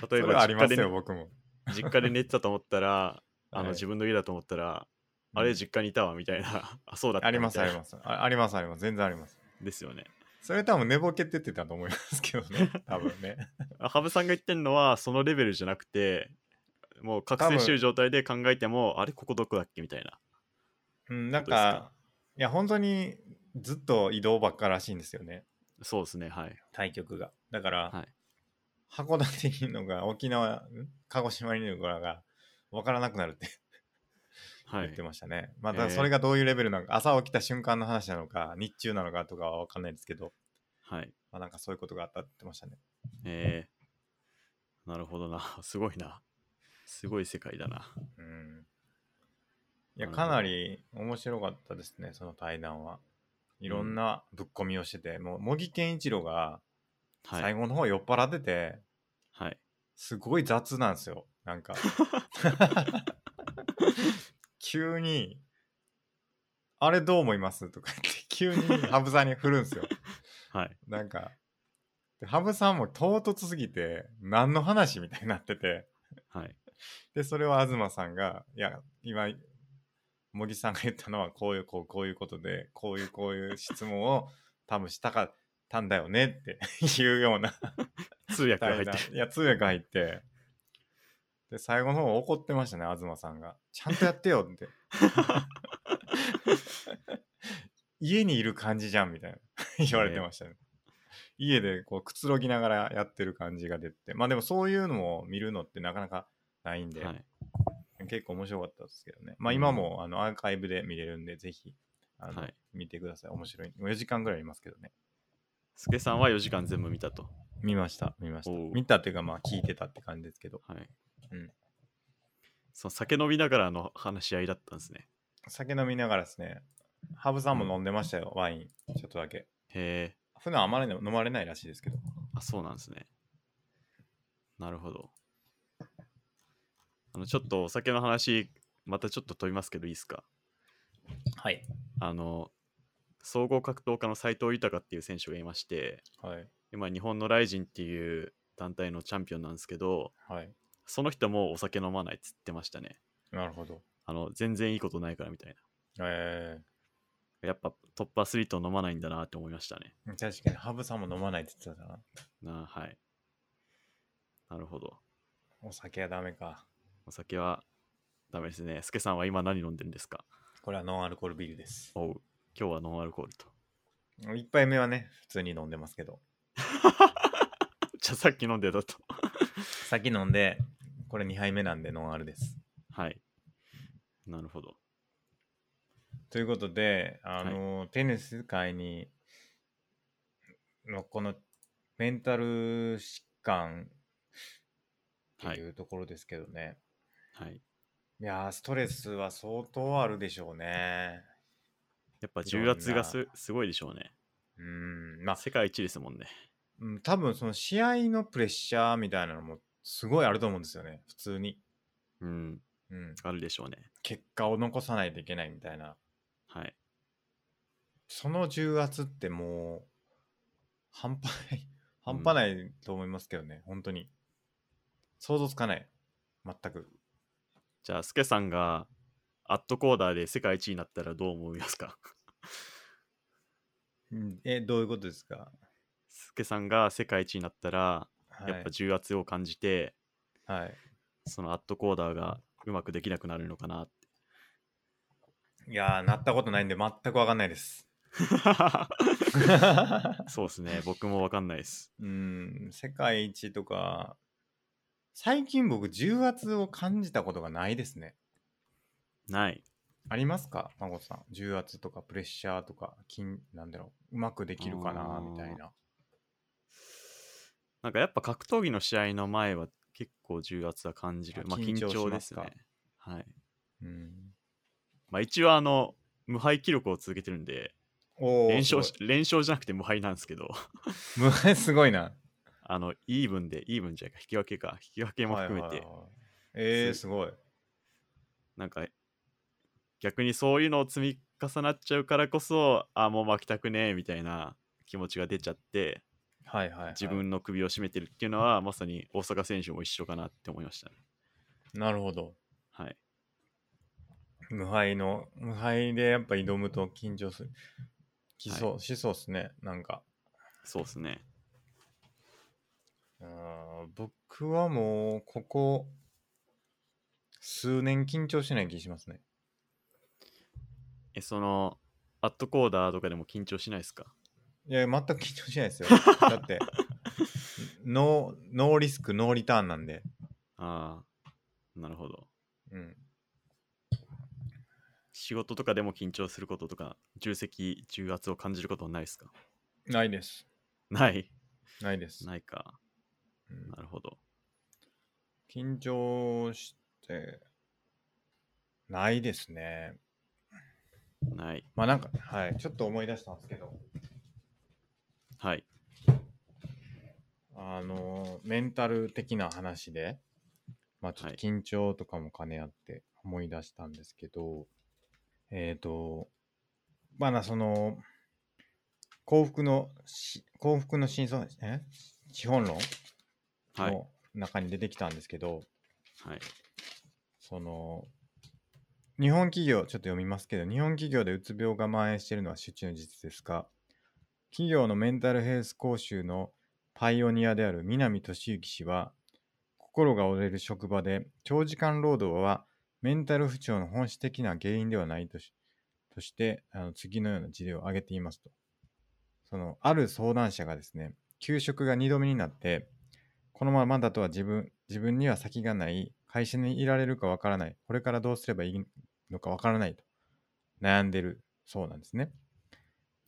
そ
例え
れは
ば
ありま
実
す
家で
よ、
ね、
僕も。
実家で寝てたと思ったら、あ
は
の
い
自分の家だと思ったら、あれ実家にいたわみたいな、 あ、そうだった
あります、あり
す。
ますあ。あります、あります。全然あります。
ですよね。
それ多分寝ぼけててたと思いますけど ね、多分ね。
あ羽生さんが言ってるのはそのレベルじゃなくてもう覚醒してる状態で考えてもあれここどこだっけみたいな
うん、なん
どうです
か
か、
いや、本当にずっと移動ばっからしいんですよね、
そうですねはい
対局が。だから、
はい
函館にいるのが沖縄ん鹿児島にいるのが分からなくなるって
は
言っ
い
て。ましたね。まあ
えー
だからそれがどういうレベルなのか、朝起きた瞬間の話なのか、日中なのかとかは分かんないですけど、
はい。
まあ、なんかそういうことがあったって言ってましたね。
えー、なるほどな。 すごいな。すごい世界だな。
うん。いや、
なるほど
かなり面白かったですね、その対談は。いろんなぶっ込みをしてて、もう、茂木健一郎が
はい。
最後の方酔っ払ってて、
はい。
すごい雑なんですよ。なんか。急に、あれどう思いますとか言って、急に羽生さんに振るんですよ。
はい。
なんか、で羽生さんも唐突すぎて、何の話みたいになってて、
はい。
で、それを東さんが、いや、今、茂木さんが言ったのは、こういう、こう、こういうことで、こういう、こういう質問を多分したかったんだよねって いうような
通訳が入っ
対
て
談。いや、通訳入って、で、最後の方怒ってましたね、東さんが。ちゃんとやってよ って。家にいる感じじゃんみたいな言われてましたね。家でこうくつろぎながらやってる感じが出て、まあでもそういうのを見るのってなかなかないんで、
はい。
結構面白かったですけどね。まあ
うん
今もあのアーカイブで見れるんで、ぜひあの、
はい
見てください。面白い。4時間ぐらいいますけどね。
スケさんは4時間全部見たと。
見ました、見ました。
おう
見たっていうかまあ聞いてたって感じですけど、
はい。
うん。
その酒飲みながらの話し合いだったんですね。
酒飲みながらですね、ハブさんも飲んでましたよ、ワイン、ちょっとだけ。
へえ。
普段あまり飲まれないらしいですけど。
あ、そうなんですね。なるほど。あの、ちょっとお酒の話、またちょっと飛びますけど、いいですか
はい。
あの、総合格闘家の斎藤豊っていう選手がいまして、
はい。
今、日本のライジンっていう団体のチャンピオンなんですけど、
はい。
その人もお酒飲まないっつってましたね。
なるほど。
あの、全然いいことないからみたい
えー。
な。やっぱトップアスリート飲まないんだなって思いましたね。
確かに、ハブさんも飲まないって言ってたな。
なあはい。なるほど。
お酒はダメか。
お酒はダメですね。スケさんは今何飲んでるんですか
これはノンアルコールビールです。
おう。今日はノンアルコールと。
一杯目はね、普通に飲んでますけど。
じゃあさっき飲んでたと。
先飲んで、これ2杯目なんでノンアルです。
はい。なるほど。
ということで、あの、テニス界に、のこのメンタル疾患っ
は
て
い。
いうところですけどね。
はい、
いやー、ストレスは相当あるでしょうね。
やっぱ
いろ
10
んな
月がすすごいでしょうね。
うん、まあ、
世界一ですもんね。
うん多分その試合のプレッシャーみたいなのもすごいあると思うんですよね、普通に。
うん。
うん、
あるでしょうね。
結果を残さないといけないみたいな。
はい。
その重圧ってもう、半端ない、半端ないと思いますけどね、本当に。想像つかない。全く。
じゃあ、スケさんがアットコーダーで世界一になったらどう思いますか
うんえ、どういうことですか
スケさんが世界一になったら、
はい。
やっぱ重圧を感じて、
はい。
そのアットコーダーがうまくできなくなるのかなって。
いやー、なったことないんで全くわかんない です。
そうですね。僕もわかんないです。
うん、世界一とか、最近僕、重圧を感じたことがないですね。
ない。
ありますか、まこさん。重圧とかプレッシャーとか、筋なんだろう、うまくできるかな、
あー
みたいな。
なんかやっぱ格闘技の試合の前は結構重圧は感じる。
あ
まあ緊
緊張し
張で
ますす
ね
か。
はい。
うん、
まあ一応あの、無敗記録を続けてるんで、
お
連勝し
す
連勝じゃなくて無敗なんですけど、
ごい むすごいな。
あの、イーブンで、イーブンじゃないか、引き分けか、引き分けも含めて、
はいはいはいえー、
す
すごい。
なんか、逆にそういうのを積み重なっちゃうからこそ、あ、もう負けたくねえみたいな気持ちが出ちゃって、
はいはい、はい。
自分の首を絞めてるっていうのは、まさに大阪選手も一緒かなって思いましたね。
なるほど。
はい。
無敗の、無敗でやっぱ挑むと緊張する。きそう、しそうっすね、なんか。
そうですね。
あー僕はもう、ここ、数年緊張してない気がしますね。
え、その、アットコーダーとかでも緊張しないですか
いや、全く緊張しない ですよ。だって、ノー、ノーリスク、ノーリターンなんで。
ああ、なるほど。
うん。
仕事とかでも緊張することとか、重責、重圧を感じることはないですか
ないです。
ない。
ないです。
ないか。
うん
なるほど。
緊張して、ないですね。
ない。
まあなんか、はい、ちょっと思い出したんですけど、
はい。
あの、メンタル的な話で、まあちょっと緊張とかも兼ね合って思い出したんですけど、えっ、と、まあな、その、幸福のし、幸福の真相、え資本論
はい。
の中に出てきたんですけど、
はい。
その日本企業ちょっと読みますけど日本企業でうつ病が蔓延しているのは周知の事実ですが企業のメンタルヘルス講習のパイオニアである南俊之氏は心が折れる職場で長時間労働はメンタル不調の本質的な原因ではないとしとしてあの次のような事例を挙げていますとそのある相談者がですね給食が2度目になってこのままだとは自分自分には先がない会社にいられるかわからないこれからどうすればいいのかわからないと悩んでるそうなんですね。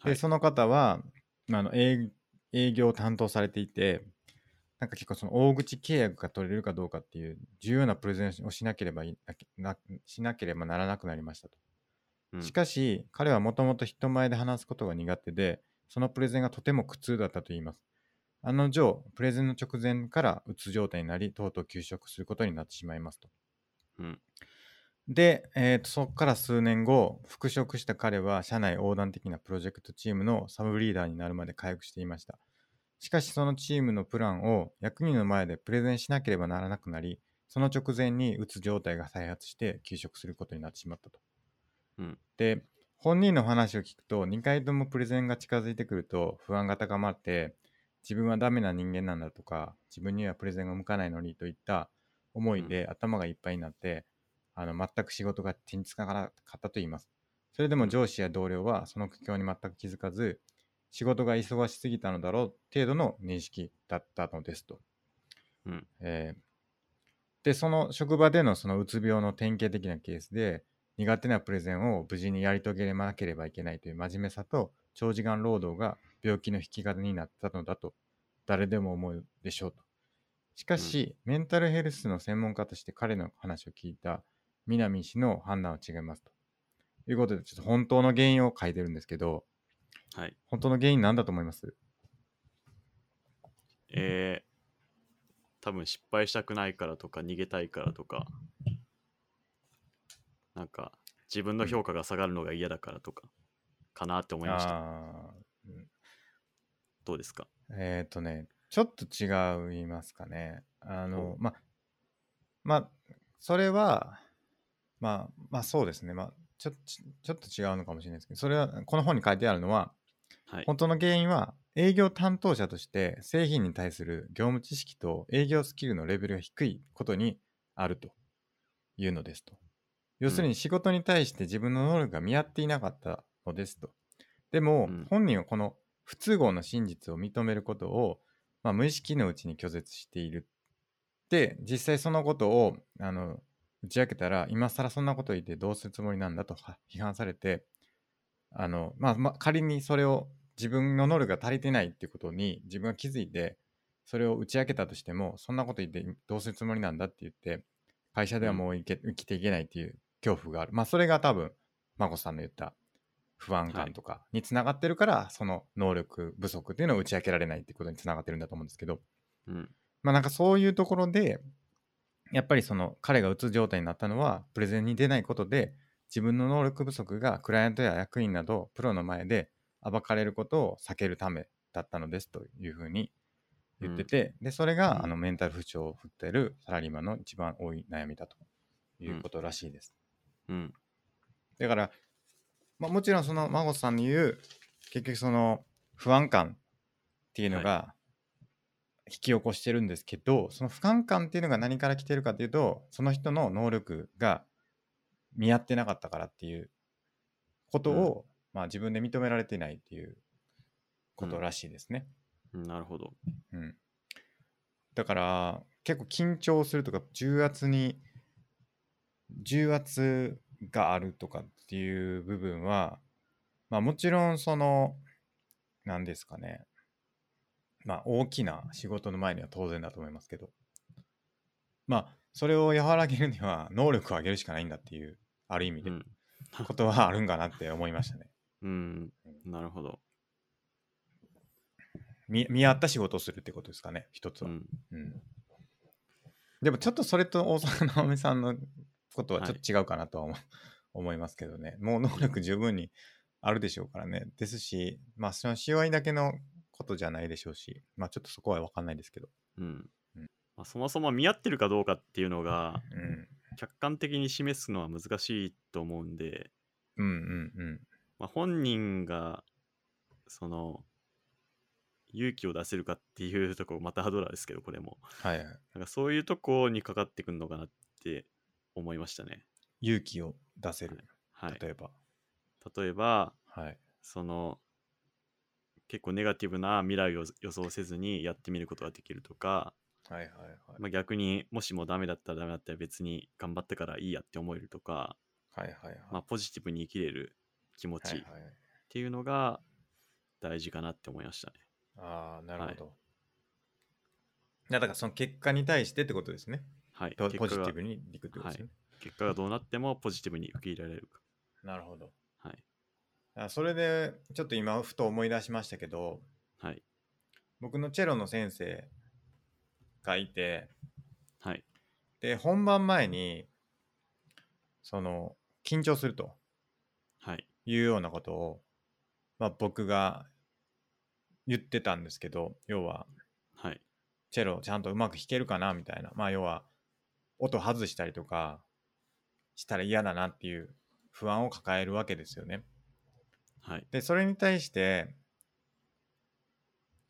で、
はい
その方はまああの営営業を担当されていてなんか結構その大口契約が取れるかどうかっていう重要なプレゼンをしなければいなしなければならなくなりましたと。
うん
しかし、彼はもともと人前で話すことが苦手で、そのプレゼンがとても苦痛だったといいます。案の定、プレゼンの直前からうつ状態になり、とうとう休職することになってしまいますと。
うん
で、えーとそこから数年後、復職した彼は社内横断的なプロジェクトチームのサブリーダーになるまで回復していました。しかし、そのチームのプランを役員の前でプレゼンしなければならなくなり、その直前にうつ状態が再発して休職することになってしまったと。で本人の話を聞くと2回ともプレゼンが近づいてくると不安が高まって自分はダメな人間なんだとか自分にはプレゼンが向かないのにといった思いで頭がいっぱいになって、あの全く仕事が手につかなかったと言いますそれでも上司や同僚はその苦境に全く気づかず仕事が忙しすぎたのだろう程度の認識だったのですと、
うん
えーでその職場でのそのうつ病の典型的なケースで、苦手なプレゼンを無事にやり遂げなければいけないという真面目さと長時間労働が病気の引き金になったのだと誰でも思うでしょうと。しかし、メンタルヘルスの専門家として彼の話を聞いた南氏の判断は違いますと。いうことで、ちょっと本当の原因を書いてるんですけど、
はい。
本当の原因なんだと思います
えー、多分失敗したくないからとか、逃げたいからとか、なんか、自分の評価が下がるのが嫌だからとか、かなって思いました。
あーうん
どうですか
えっ、ー、とね、ちょっと違いますかね。あ
ほ
の、ま、まあ、それは、まあ、まあそうですね。まあ、ちょちちょっと違うのかもしれないですけど、それは、この本に書いてあるのは、
はい。
本当の原因は、営業担当者として製品に対する業務知識と営業スキルのレベルが低いことにあるというのですと。要するに仕事に対して自分の能力が見合っていなかったのですと。でも、
うん
本人はこの不都合の真実を認めることを、まあ、無意識のうちに拒絶している。で、実際そのことをあの打ち明けたら、今更そんなこと言ってどうするつもりなんだとは批判されて、あのまあ、まあ仮にそれを自分の能力が足りてないってことに自分が気づいてそれを打ち明けたとしてもそんなこと言ってどうするつもりなんだって言って会社ではもういけ生きていけないっていう恐怖があるまあそれが多分眞子さんの言った不安
はい
感とかにつながってるから、その能力不足っていうのを打ち明けられないってことにつながってるんだと思うんですけど
うん。
まあなんかそういうところで、やっぱりその彼がうつ状態になったのは、プレゼンに出ないことで、自分の能力不足がクライアントや役員などプロの前で暴かれることを避けるためだったのですというふうに言ってて、で、それ
う
が
ん
あのメンタル不調を振ってるサラリーマンの一番多い悩みだということらしいです。
うん。
だから、まあ、もちろんその孫さんの言う結局その不安感っていうのが引き起こしてるんですけど、その不安感っていうのが何から来てるかというとその人の能力が見合ってなかったからっていうことを、まあ、自分で認められてないっていうことらしいですね。
うんなるほど。
うんだから結構緊張するとか重圧に重圧があるとかっていう部分は、まあ、もちろんその何ですかねまあ大きな仕事の前には当然だと思いますけどまあそれを和らげるには能力を上げるしかないんだっていうある意味
う
で
ん、
ことはあるんかなって思いましたね。
うん、なるほど、
見見合った仕事をするってことですかね一つ
う
は。
ん、
うんでもちょっとそれと大阪直美さんのことはちょっと違うかなとは思,、思いますけどね。もう能力十分にあるでしょうからね。ですし、まあその塩合いだけのことじゃないでしょうし、まあちょっとそこは分かんないですけど。
うん
うん
まあ、そもそも見合ってるかどうかっていうのが
うん。
客観的に示すのは難しいと思うんで、
うんうんうん。
まあ、本人がその勇気を出せるかっていうとこまたハドラーですけどこれも
はいはい。
なんかそういうとこにかかってくるのかなって思いましたね
勇気を出せる。
はい
例えば。
例えば
はい。
その結構ネガティブな未来を予想せずにやってみることができるとか、
はいはいはい。
まあ、逆にもしもダメだったらダメだったら別に頑張ったからいいやって思えるとか、
はいはいはい。
まあ、ポジティブに生きれる気持
はい
ち
は
っ
い、
ていうのが大事かなって思いましたね。
ああ、なるほど。いやだからその結果に対してってことですね。
はい、
ポ
結
ポ
果
ジテ
が
ィブにいくってことですね。
結果がどうなってもポジティブに受け入れられるか。
なるほど。
はい。
あそれでちょっと今ふと思い出しましたけど
はい。
僕のチェロの先生がいて
はい。
で本番前にその緊張すると
はい。
いうようなことを、まあ、僕が言ってたんですけど要は
はい。
チェロちゃんとうまく弾けるかなみたいなまあ要は音外したりとかしたら嫌だなっていう不安を抱えるわけですよね。
はい。
でそれに対して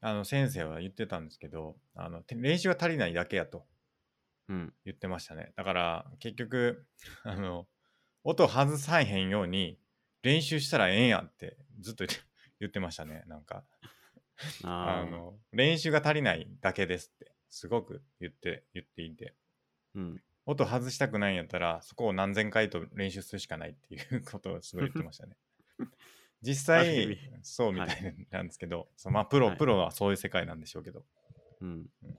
あの先生は言ってたんですけどあのて練習は足りないだけやと
うん。
言ってましたねだから結局あの音外さへんように練習したらええんやってずっと言って言ってましたねなんかあ
ああ。
の練習が足りないだけですってすごく言って言っていて
うん。
音外したくないんやったらそこを何千回と練習するしかないっていうことをすごい言ってま したね。実
ある意
際
味
そうみたいなんですけど、そのまあプロ、
はい
プロはそういう世界なんでしょうけど、
うん。
うん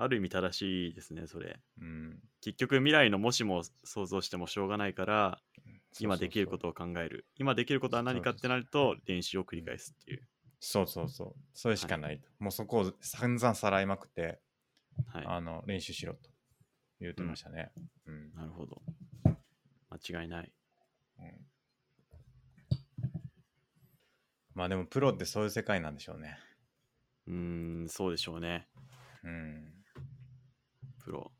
ある意味正しいですね、それ。
うん
結局未来のもしも想像してもしょうがないから、
そうそうそ
今
う
できることを考える。今できることは何かってなると、練習を繰り返すっていう。
そうそうそうそれしかないと、もうそこを散々さらいまくって、
はい。
あの練習しろと言ってましたね、うん
なるほど。間違いない。
うんまあでもプロってそういう世界なんでしょうね
うーん、そうでしょうね。
うん
プロ。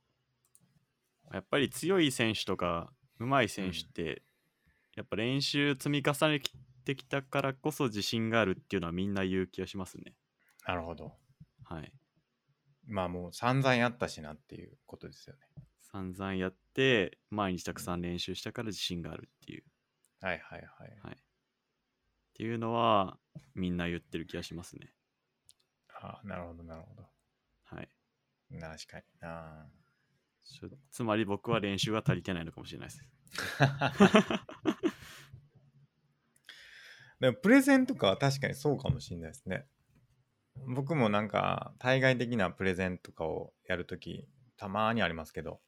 やっぱり強い選手とか、上手い選手って、やっぱ練習積み重ねてきたからこそ自信があるっていうのはみんな言う気がしますね。
なるほど
はい。
まあもう散々やったしなっていうことですよね
散々やって、毎日たくさん練習したから自信があるっていう。
はいはいはい
はい。っていうのは、みんな言ってる気がしますね。
ああ、なるほど、なるほど。
はい。
確かにな。
ちょつまり僕は練習が足りてないのかもしれないです。
でも、プレゼンとかは確かにそうかもしれないですね。僕もなんか、対外的なプレゼンとかをやるとき、たまーにありますけど、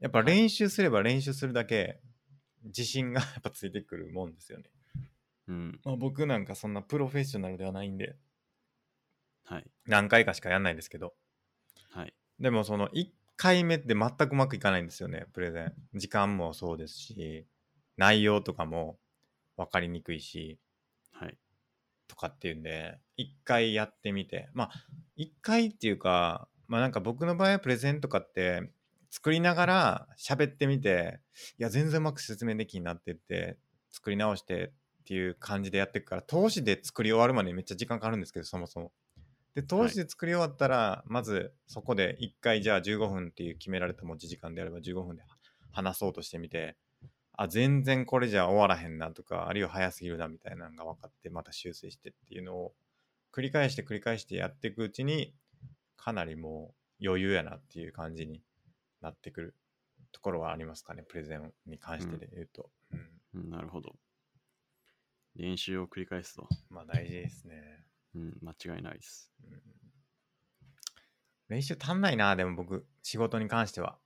やっぱ練習すれば練習するだけ、自信がやっぱついてくるもんですよね。
うん。
まあ、僕なんかそんなプロフェッショナルではないんで、
はい。
何回かしかやんないですけど、
はい。
でもその1回目って全くうまくいかないんですよね、プレゼン。時間もそうですし、内容とかも分かりにくいし、
はい。
とかっていうんで、1回やってみて、まあ、1回っていうか、まあなんか僕の場合はプレゼンとかって、作りながら喋ってみて、いや、全然うまく説明できんなって言って、作り直してっていう感じでやっていくから、投資で作り終わるまでめっちゃ時間かかるんですけど、そもそも。で、投資で作り終わったら、まずそこで1回じゃあ15分っていう決められた持ち時間であれば15分で話そうとしてみて、あ、全然これじゃ終わらへんなとか、あるいは早すぎるなみたいなのが分かって、また修正してっていうのを繰り返して繰り返してやっていくうちに、かなりもう余裕やなっていう感じになってくるところはありますかね、プレゼンに関してで言うと。うん
うんなるほど。練習を繰り返すと。
まあ大事ですね。
うん、間違いないです。
うん練習足んないな、でも僕、仕事に関しては。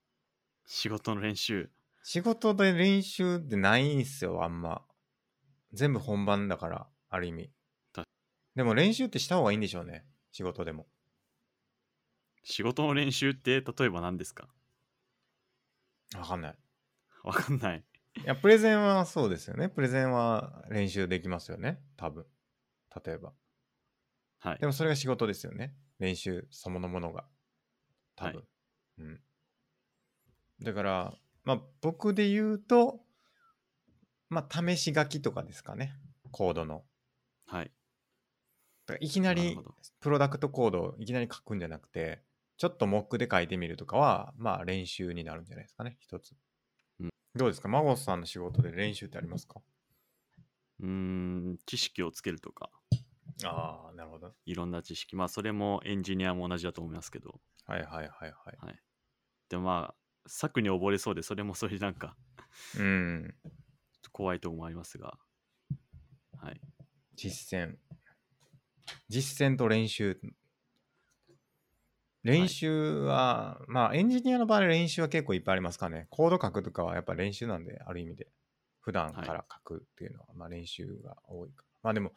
仕事の練習。
仕事で練習ってないんすよ、あんま。全部本番だから、ある意味
た。
でも練習ってした方がいいんでしょうね、仕事でも。
仕事の練習って例えば何ですか
わかんない。
わかんない。
いや、プレゼンはそうですよね。プレゼンは練習できますよね、多分。例えば。
はい
で。もそれが仕事ですよね。練習そのものが。多分。
はい
うん。だから、まあ僕で言うと、まあ試し書きとかですかね。コードの。
はい。
だからいきな
なる
り
ほど
プロダクトコードをいきなり書くんじゃなくて、ちょっとモックで書いてみるとかは、まあ練習になるんじゃないですかね、一つ。
うん
どうですか孫さんの仕事で練習ってありますか
うーん、知識をつけるとか、
ああ、なるほど。
いろんな知識。まあ、それもエンジニアも同じだと思いますけど。
はいはいはいはい。
はい。でもまあ、策に溺れそうで、それもそれでなんか
うん。
怖いとこもありますが。はい。
実践。実践と練習。練習は、まあエンジニアの場合練習は結構いっぱいありますかね。コード書くとかはやっぱ練習なんで、ある意味で。普段から書くっていうのは、まあ練習が多いから。まあでも、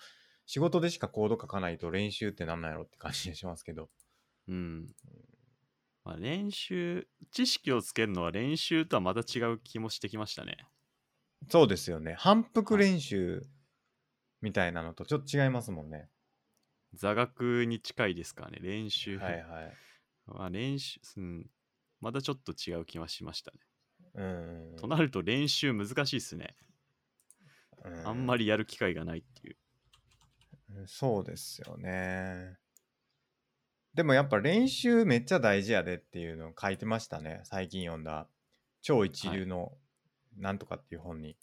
仕事でしかコード書かないと練習ってなんなんやろって感じがしますけど。
うん。まあ、練習、知識をつけるのは練習とはまた違う気もしてきましたね。
そうですよね。反復練習みたいなのとちょっと違いますもんね。
座学に近いですからね、練習。
はいはい。
まあ、練習、うん、またちょっと違う気はしましたね。
うんうん
となると練習難しいですね。
うん、
あんまりやる機会がないっていう。
そうですよね。でもやっぱ練習めっちゃ大事やでっていうのを書いてましたね。最近読んだ超一流のなんとかっていう本に。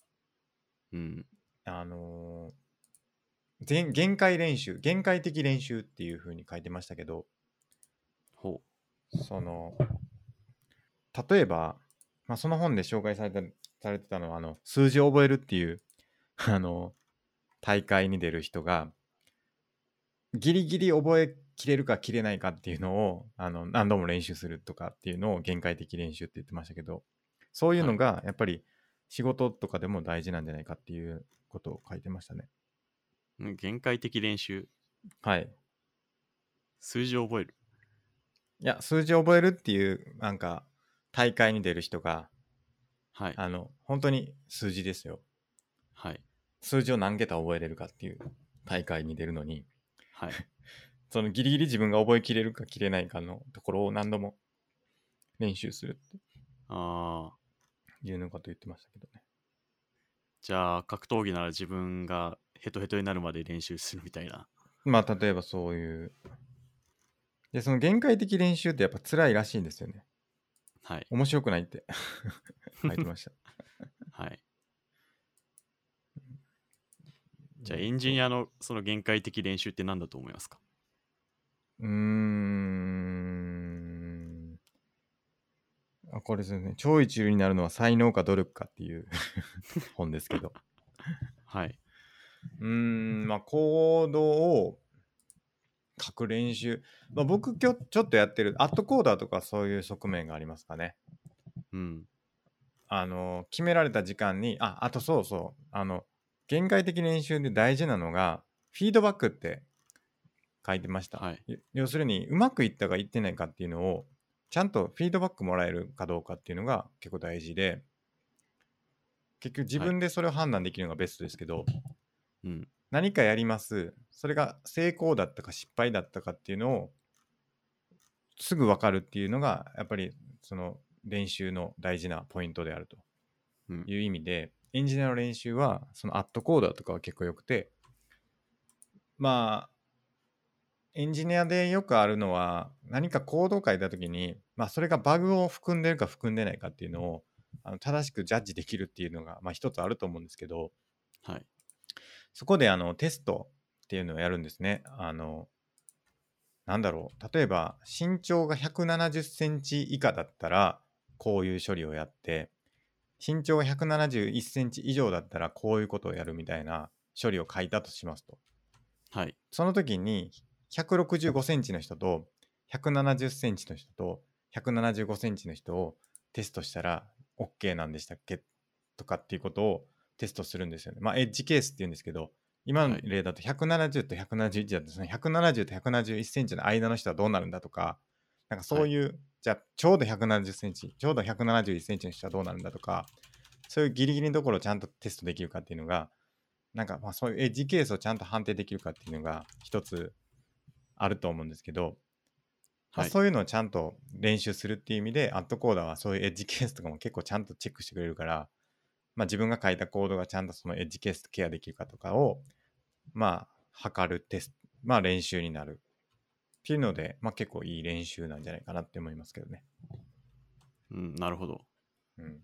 うん。
あのー全限界練習、限界的練習っていう風に書いてましたけど、
ほ
その、例えば、まあ、その本で紹介されたされてたのは、あの、数字を覚えるっていう、 あの、大会に出る人が、ギリギリ覚えきれるか切れないかっていうのを、あの、何度も練習するとかっていうのを限界的練習って言ってましたけど、そういうのが、やっぱり仕事とかでも大事なんじゃないかっていうことを書いてましたね。
う。うん限界的練習。
はい。
数字を覚える。
いや、数字を覚えるっていう、なんか、大会に出る人が、
はい。
あの、本当に数字ですよ。
はい。
数字を何桁覚えれるかっていう大会に出るのに、
はい。
そのギリギリ自分が覚えきれるかきれないかのところを何度も練習するっ
ああ。
ていうのかと言ってましたけどね。
じゃあ、格闘技なら自分がヘトヘトになるまで練習するみたいな。
まあ、例えばそういう。で、その限界的練習ってやっぱ辛いらしいんですよね。
はい。
面白くないって 書いてました。
はい。じゃあ、エンジニアのその限界的練習って何だと思いますか
うーん。あ、これですね。超一流になるのは才能か努力かっていう 本ですけど。
はい。
うーん、まあ、コードを書く練習。まあ、僕、今日ちょっとやってる、アットコーダーとかそういう側面がありますかね。
うん。
あの、決められた時間に、あ、あとそうそう、あの、限界的練習で大事なのが、フィードバックって書いてました。
はい。
よ要するに、うまくいったかいってないかっていうのを、ちゃんとフィードバックもらえるかどうかっていうのが結構大事で、結局自
はい
分でそれを判断できるのがベストですけど、
うん。
何かやりますそれが成功だったか失敗だったかっていうのをすぐ分かるっていうのがやっぱりその練習の大事なポイントであると
うん
いう意味で、エンジニアの練習はそのアットコーダーとかは結構よくてまあエンジニアでよくあるのは何か行動を書いた時に、まあ、それがバグを含んでるか含んでないかっていうのをあの正しくジャッジできるっていうのが、まあ、一つあると思うんですけど、
はい。
そこであのテストっていうのをやるんですね。あの、なんだろう。例えば身長が170センチ以下だったら、こういう処理をやって身長が171センチ以上だったらこういうことをやるみたいな処理を書いたとしますと
はい。
その時に165センチの人と170センチの人と175センチの人をテストしたら OK なんでしたっけとかっていうことをテストするんですよね。まあエッジケースっていうんですけど今の例だと170と171だとその170と171センチの間の人はどうなるんだとかなんかそういう、じゃあちょうど170センチちょうど171センチの人はどうなるんだとかそういうギリギリのところをちゃんとテストできるかっていうのがなんかまあそういうエッジケースをちゃんと判定できるかっていうのが一つあると思うんですけど、まあ
はい。
そういうのをちゃんと練習するっていう意味でアットコーダーはそういうエッジケースとかも結構ちゃんとチェックしてくれるから、まあ、自分が書いたコードがちゃんとそのエッジケースケアできるかとかをまあ測るテストまあ練習になるっていうので、まあ、結構いい練習なんじゃないかなって思いますけどね、
うん、なるほど。
うん、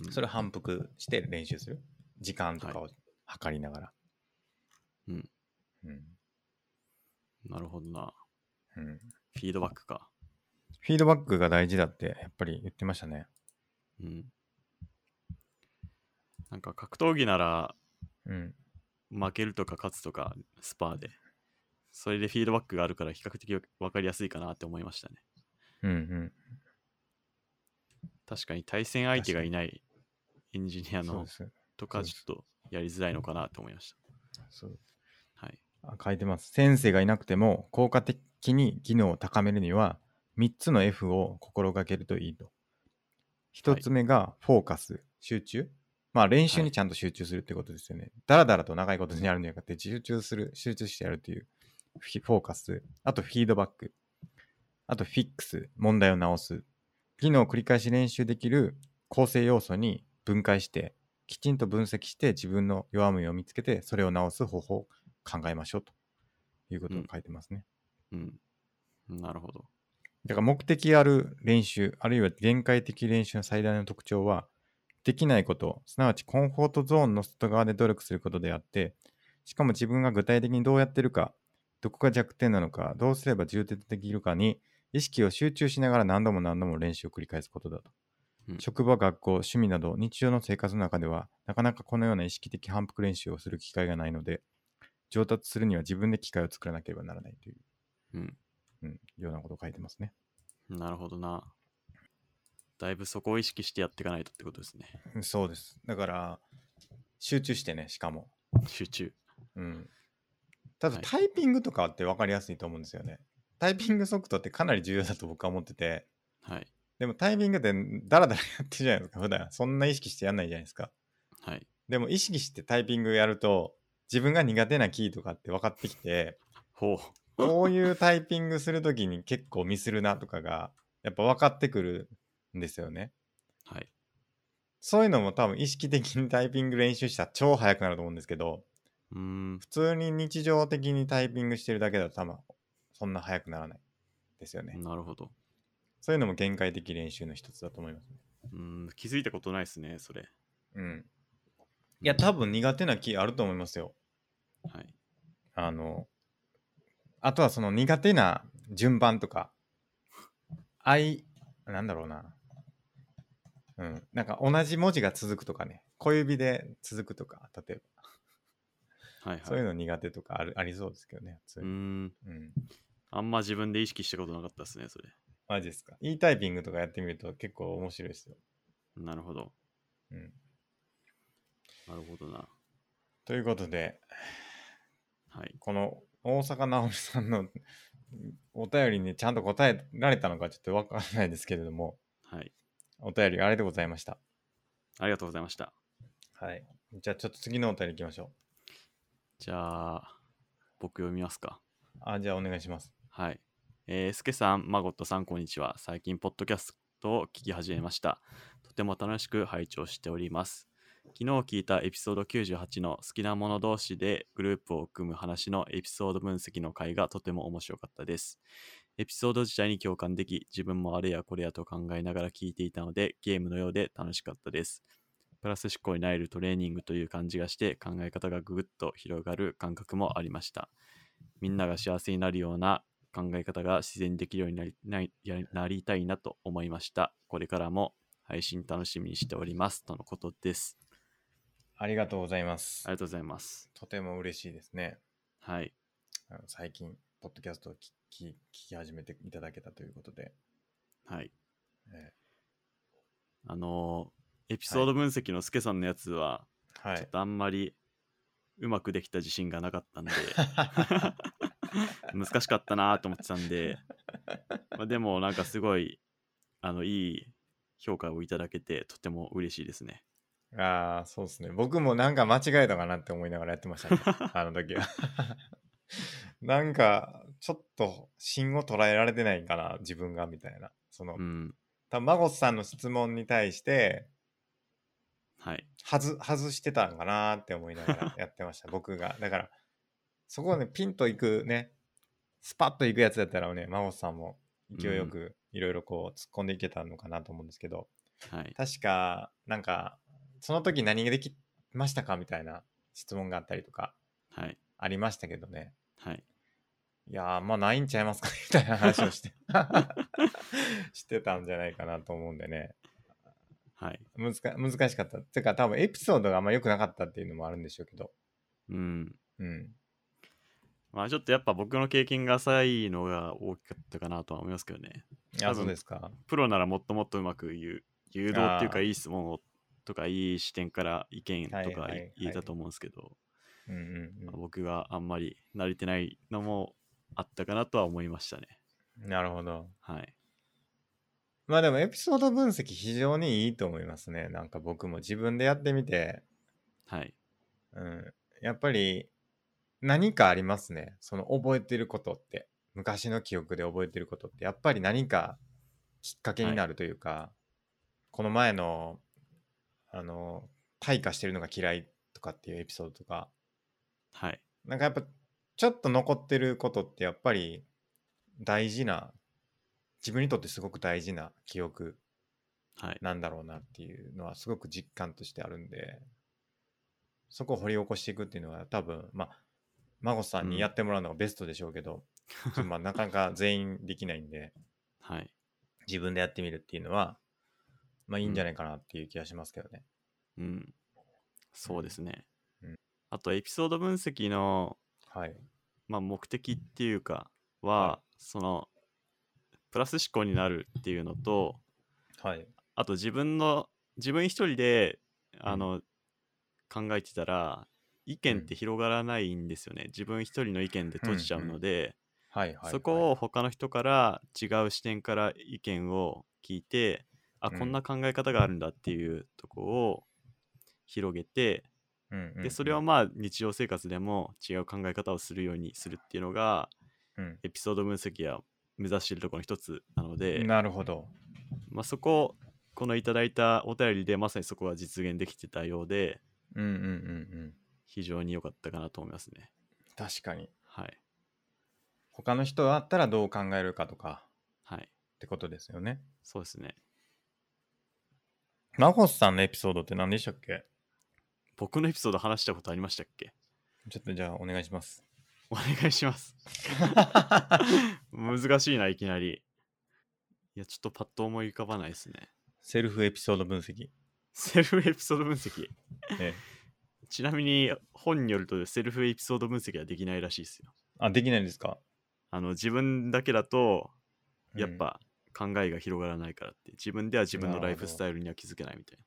うん
それを反復して練習する時間とかを測りながら、
うん
うん
なるほどな。
うん、
フィードバックか。
フィードバックが大事だってやっぱり言ってましたね。
うん。なんか格闘技なら
うん。
負けるとか勝つとかスパーで。それでフィードバックがあるから比較的分かりやすいかなって思いましたね。
うんうん。
確かに対戦相手がいないエンジニア
そう
の
です。
とか
そう
ち
です
ょっとやりづらいのかなと思いまし
そう
た。はい。
あ書いてます。先生がいなくても効果的に技能を高めるには3つの F を心がけるといいと。1つ目がフォーカス、集中。まあ練習にちゃんと集中するってことですよね。だらだらと長いことにやるんじゃなくて集中する、集中してやるというフィフォーカス。あとフィードバック。あとフィックス、問題を直す。技能を繰り返し練習できる構成要素に分解して、きちんと分析して自分の弱みを見つけて、それを直す方法を考えましょうということを書いてますね。
うん。なるほど。
だから目的ある練習、あるいは限界的練習の最大の特徴は、できないこと、すなわちコンフォートゾーンの外側で努力することであって、しかも自分が具体的にどうやってるか、どこが弱点なのか、どうすれば重点できるかに、意識を集中しながら何度も何度も練習を繰り返すことだと。
うん
職場、学校、趣味など、日常の生活の中では、なかなかこのような意識的反復練習をする機会がないので、上達するには自分で機会を作らなければならないという、
うん。
うん、ようなことを書いてますね。
なるほどな。だいぶそこを意識してやっていかないとってことですね。
うんそうです。だから、集中してね、しかも。
集中。
うん。ただ、
はい
タイピングとかって分かりやすいと思うんですよね。タイピング速度ってかなり重要だと僕は思ってて、
はい。
でもタイピングってダラダラやってるじゃないですか、普段。そんな意識してやんないじゃないですか。
はい。
でも意識してタイピングやると、自分が苦手なキーとかって分かってきて、
ほう。
こういうタイピングするときに結構ミスるなとかが、やっぱ分かってくるんですよね。
はい。
そういうのも多分意識的にタイピング練習したら超速くなると思うんですけど、
うーん。
普通に日常的にタイピングしてるだけだと多分そんな速くならないですよね、
なるほど。
そういうのも限界的練習の一つだと思いますね
うーん。気づいたことないですね、それ。
うんいや多分苦手な気あると思いますよ
はい。
あのあとはその苦手な順番とかあいなんだろうなうんなんか同じ文字が続くとかね小指で続くとか例えば
はい
そう
は
い
い
う
う
の苦手とかあるありそうですけどね普通
ー
に
ん。
うん
あんま自分で意識したことなかったですね、それ。
マジですか。いいタイピングとかやってみると結構面白いですよ。
なるほど。
うん、
なるほどな。
ということで、
はい。
この大阪直美さんの お便りにちゃんと答えられたのかちょっとわからないですけれども、
はい。
お便りありがとうございました。
ありがとうございました。
はい。じゃあちょっと次のお便り行きましょ
じゃあ、僕読みますか。
う。あ、じゃあお願いします。
はい。えー、すけさん、マゴットさん、こんにちは。最近、ポッドキャストを聞き始めました。とても楽しく拝聴しております。昨日聞いたエピソード98の好きなもの同士でグループを組む話のエピソード分析の回がとても面白かったです。エピソード自体に共感でき、自分もあれやこれやと考えながら聞いていたので、ゲームのようで楽しかったです。プラス思考になれるトレーニングという感じがして、考え方がぐぐっと広がる感覚もありました。みんなが幸せになるような考え方が自然にできるようになりないやなりたいなと思いました。これからも配信楽しみにしております。とのことです。
ありがとうございます
あり。がとうございます。
とても嬉しいですね。
はい。
あの最近、ポッドキャストを聞き聞き始めていただけたということで。
はい。
え
あのーエピソード分析のスケさんのやつは、
ーは
ちょ
い
っ。とあんまりうまくできた自信がなかったん で、難しかったなと思ってたんで、まあ、でもなんかすごい、あの、いい評価をいただけて、とても嬉しいですね。
ああ、そうですね。僕もなんか間違えたかなって思いながらやってま したね。あの時は。 なんか、ちょっと芯を捉えられてないかな、自分が、みたいな。その、
うん。
多分マゴスさんの質問に対して、
はい。
外外してたんかなって思いなが らやってました僕がだからそこをねピンといくねスパッといくやつだったらね真帆さんも勢いよくいろいろこう突っ込んでいけたのかなと思うんですけど、
はい。
確かなんかその時何ができましたかみたいな質問があったりとか
はい。
ありましたけどね
はい。
いやーまあないんちゃいますか みたいな話をして してたんじゃないかなと思うんでね
はい。
難か難しかったてか多分エピソードがあんま良くなかったっていうのもあるんでしょうけど
うん。
うん
まあちょっとやっぱ僕の経験が浅いのが大きかったかなとは思いますけどね。
あ、
多分
そうですか。
プロならもっともっとうまく言う誘導っていう
あー
かいい質問をとかいい視点から意見と
はいは
か
いはいい
言えたと思うんですけど、
うんうん
まあ僕があんまり慣れてないのもあったかなとは思いましたね。
うん。なるほど。
はい。
まあでもエピソード分析非常にいいと思いますね。なんか僕も自分でやってみて、
はい。
うん、やっぱり何かありますね。その覚えてることって、昔の記憶で覚えてることって、やっぱり何かきっかけになるというか、この前の、あの、退化してるのが嫌いとかっていうエピソードとか、
はい。
なんかやっぱちょっと残ってることってやっぱり大事な自分にとってすごく大事な記憶
はい。
なんだろうなっていうのはすごく実感としてあるんでそこを掘り起こしていくっていうのは多分まあ孫さんにやってもらうのがベストでしょうけど、ちょっとまあなかなか全員できないんで
はい。
自分でやってみるっていうのはまあいいんじゃないかなっていう気がしますけどね。
うん。そうですね。
うん
あとエピソード分析の、
はい。
まあ、目的っていうかは、
は
そのプラス思考になるっていうのと
はい。
あと自分の自分一人であの、考えてたら意見って広がらないんですよね、自分一人の意見で閉じちゃうので、
はい。はい。
そこを他の人から違う視点から意見を聞いてあ
うん
こんな考え方があるんだっていうとこを広げて、
うんうんうん、
でそれをまあ日常生活でも違う考え方をするようにするっていうのが
うん、
エピソード分析や目指しているところの一つなので、
なるほど。
まあ、そここのいただいたお便りでまさにそこが実現できてたようで
うんうんうんうん。
非常に良かったかなと思いますね
確かに。
はい
他の人だったらどう考えるかとか
はい
ってことですよね。
そうですね
マゴスさんのエピソードって何でしたっけ
僕のエピソード話したことありましたっけ
ちょっとじゃあお願いします。
お願いします 難しいないきなりいやちょっとパッと思い浮かばないですね
セルフエピソード分析。
セルフエピソード分析
ええ
ちなみに本によるとセルフエピソード分析はできないらしいですよ
あ、できないんですか
あの自分だけだと
うん
やっぱ考えが広がらないからって、自分では自分
な
の
る
ライ
ほど
フスタイルには気づけないみたい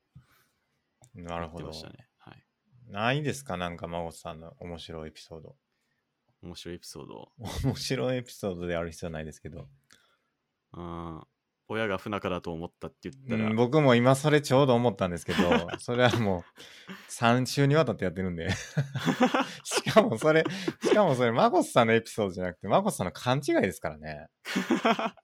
な。
なるほ
言
ど
ってま。したね。はい。
ないですかなんかマゴスさんの面白いエピソード。
面白いエピソード。
面白いエピソードである必要はないですけど。
うん。親が不仲だと思ったって言ったら、
うん僕も今それちょうど思ったんですけど、それはもう3週にわたってやってる んで。しかもそれ、しかもそれ、マゴスさんのエピソードじゃなくて、マゴスさんの勘違いですから ね。
まあ、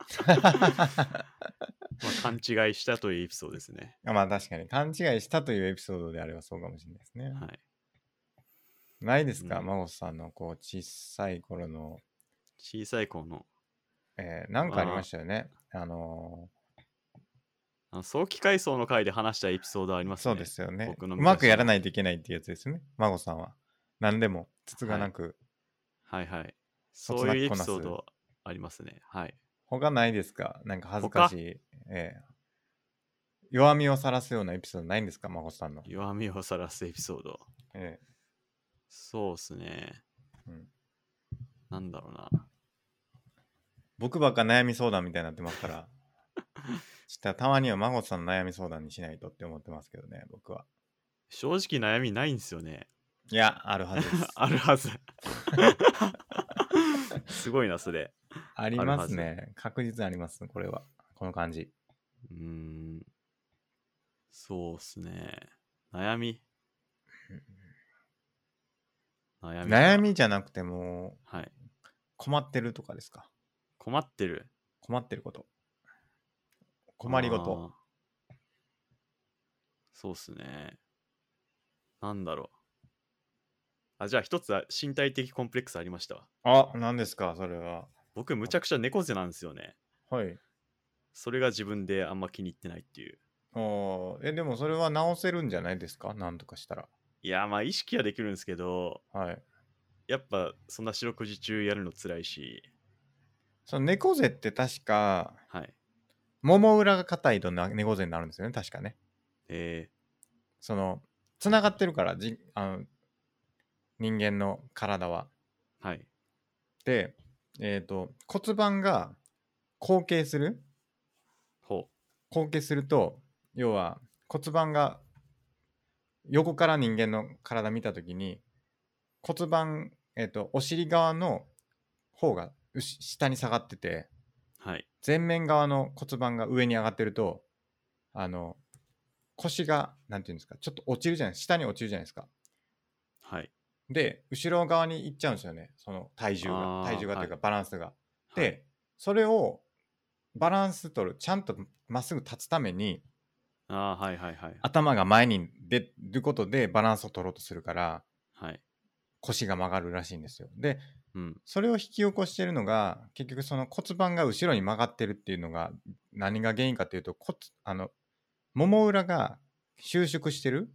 勘違いしたというエピソードですね。
まあ確かに勘違いしたというエピソードであればそうかもしれないですね。
はい。
ないですか、
うん
マゴスさんのこう小さい頃の、
小さい子の、
えーなんかありましたよね。あの
あの早期回想の回で話したエピソードあり
ー
ますね。
そうですよね。
僕
う
の昔
まくやらないといけないっていうやつですよね。マゴさんは。何でも、つつがなく。
はいはい。
そつ
そう
なく
いうエ
こ
ピ
なす
ソードありますね。はい。
他ないですかなんか恥ずかしい、ええ弱みをさらすようなエピソードないんですかまこさんの。
弱みをさらすエピソード。
ええ
そうっすね。
うん
なんだろうな。
僕ばっか悩み相談みたいになってます から。したらたまにはまこさんの悩み相談にしないとって思ってますけどね、僕は。
正直悩みないんですよね。。
いや、あるはずです
ある はず。すごいな、それ。
ありますね。確実にあります、これは。この感じ。
うーん。そうっすね。悩 み。悩みか。
悩みじゃなくても、
はい。
困ってるとかですか
困ってる。
困ってること。困りごと。
あー。そうっすね。なんだろう。あ、じゃあ一つは身体的コンプレックスありましたわ。
あ、何ですか、それは。
僕、むちゃくちゃ猫背なんですよね。
はい。
それが自分であんま気に入ってないっていう。
おーえ、でもそれは直せるんじゃないですかなんとかしたら。
いや、まあ意識はできるんですけど、
はい。
やっぱそんな四六時中やるの辛いし、
その猫背って確か、
はい。
もも裏が硬いとな猫背になるんですよね、確かね。
え
その、つながってるから、じあの人間の体は。
ー、はい。
で、えっ、と、骨盤が後傾する
ほ
後傾すると、要は骨盤が横から人間の体見たときに、骨盤、えっ、と、お尻側の方がうし下に下がってて、
う。はい。
前面側の骨盤が上に上がってると、あの、腰が、なんていうんですか、ちょっと落ちるじゃない下に落ちるじゃないですか。
はい。
で、後ろ側に行っちゃうんですよね、その体重が。
あー
体重がというか、
は
バランスが。で、
はい、
それをバランス取る、ちゃんとまっすぐ立つために、
ああ、はいはいはい。
頭が前に出ることでバランスを取ろうとするから、
はい。
腰が曲がるらしいんですよ。で、
うん。
それを引き起こしてるのが、結局その骨盤が後ろに曲がってるっていうのが、何が原因かというと、骨、あの、もも裏が収縮してる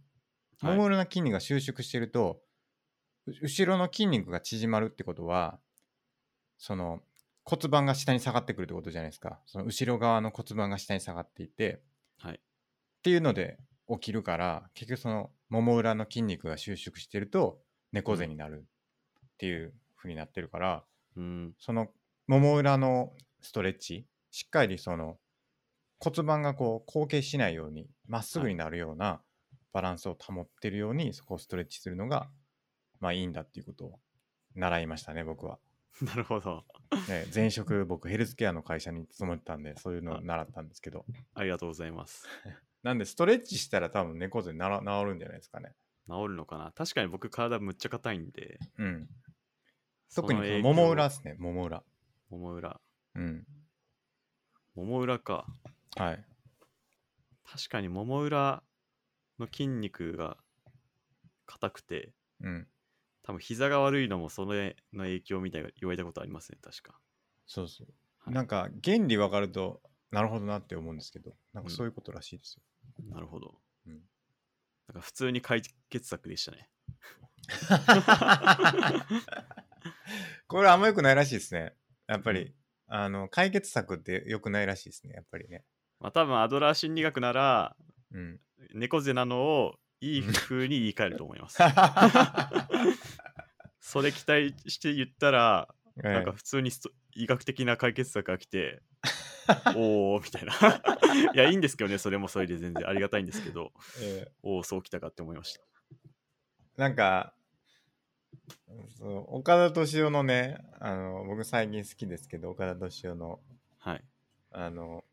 は
も
い
も裏の筋肉が収縮してると、う後ろの筋肉が縮まるってことは、その骨盤が下に下がってくるってことじゃないですか。その後ろ側の骨盤が下に下がっていて、
はい
っていうので起きるから、結局そのもも裏の筋肉が収縮してると、猫背になるっていうふうになってるから、
うん。
そのもも裏のストレッチ、しっかりその骨盤がこう後傾しないように、まっすぐになるようなバランスを保ってるように、そこをストレッチするのが、まあいいんだっていうことを習いましたね、僕は。
なるほど。
ね、前職、僕ヘルスケアの会社に勤めてたんで、そういうのを習ったんですけど。
ありがとうございます。
なんで、ストレッチしたら多分猫背なら治るんじゃないですかね。
治るのかな確かに僕、体むっちゃ硬いんで、
うん。
その
特にこの
影
も
響
も裏ですね、もも裏。
もも裏。
うん。
もも裏か。
はい。
確かにもも裏の筋肉が硬くて、
うん。
多分膝が悪いのもそれの影響みたいな言われたことありますね、確か。
そうそう。
はい
なんか原理分かるとなるほどなって思うんですけどなんか
うん
そういうことらしいですよ、
なるほど。
うん
なんか普通に解決策でしたね。
これあんま良くないらしいですねやっぱり、あの解決策って良くないらしいですねやっぱりね
まあ多分アドラー心理学なら、
うん
猫背なのをいい風に言い換えると思い ます。それ期待して言ったら、
な
なんか普通にスト医学的な解決策が来 て、おおみたいな。 いや、いいんですけどね、それもそれで全然ありがたいんですけど、
え
おお、そうきたかって思いました。
ーなんかそう岡田斗司夫のねあの僕最近好きですけど岡田斗司夫の
はい。
あの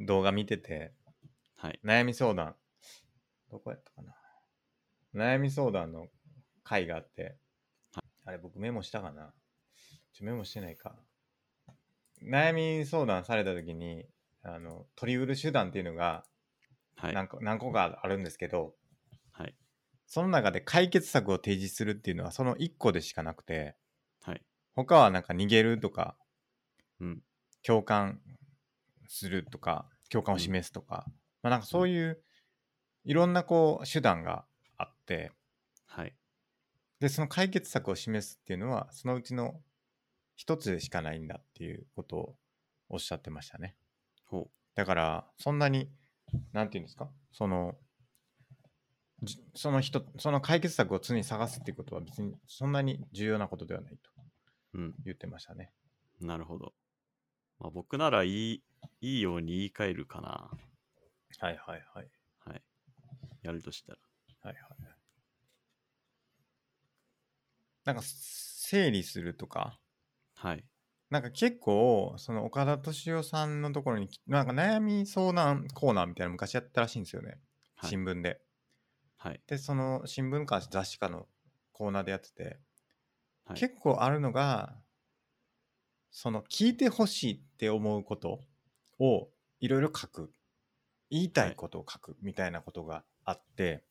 動画見てて
はい。
悩み相談。どこやったかな悩み相談の回があって、あれ僕メモしたかなちょメモしてないか。悩み相談された時に、あの、取りうる手段っていうのが
はい。
何個,、何個かあるんですけど、
はい。
その中で解決策を提示するっていうのはその1個でしかなくて、
はい。
他はなんか逃げるとか、
うん
共感するとか共感を示すとか、まあなんかそういういろんなこう手段があって
はい。
で、その解決策を示すっていうのは、そのうちの一つしかないんだっていうことをおっしゃってましたね。
ほ
だから、そんなに、なんていうんですか、その、じその人、その解決策を常に探すっていうことは別にそんなに重要なことではないと
う。うん。
言ってましたね。
なるほど。まあ、僕ならいい、いいように言い換えるかな。
はいはいはい。
はい。やるとしたら。
はいはい。なんか、整理するとか、
はい。
なんか結構、その岡田敏夫さんのところにき、なんか悩み相談コーナーみたいなの昔やったらしいんですよね。
はい
新聞で。
はい。
で、その新聞か雑誌かのコーナーでやってて、
はい
結構あるのが、その聞いてほしいって思うことをいろいろ書く。言いたいことを書くみたいなことがあって、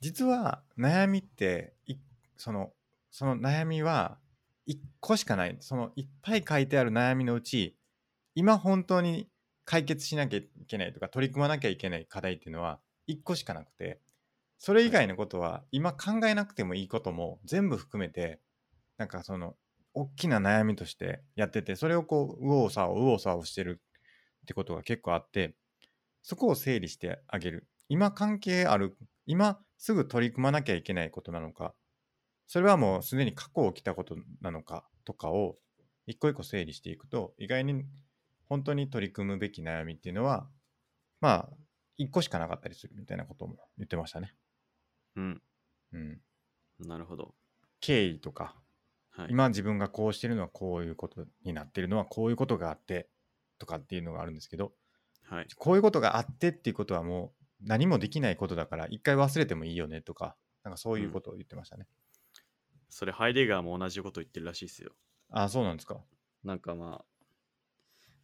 実は悩みって、いその、その悩みは1個しかない。そのいっぱい書いてある悩みのうち、今本当に解決しなきゃいけないとか取り組まなきゃいけない課題っていうのは1個しかなくて、それ以外のことは今考えなくてもいいことも全部含めて、なんかその、大きな悩みとしてやってて、それをこう、右往左往、右往左往してるってことが結構あって、そこを整理してあげる。今関係ある、今すぐ取り組まなきゃいけないことなのか、それはもうすでに過去起きたことなのかとかを一個一個整理していくと、意外に本当に取り組むべき悩みっていうのは、まあ、一個しかなかったりするみたいなことも言ってましたね。
うん。
うん。
なるほど。
経緯とか、
はい。
今自分がこうしてるのはこういうことになってるのはこういうことがあってとかっていうのがあるんですけど、
はい。
こういうことがあってっていうことはもう何もできないことだから一回忘れてもいいよねとか、なんかそういうことを言ってましたね。
それ、ハイデガーも同じこと言ってるらしいですよ。
ああ、そうなんですか。
なんかまあ、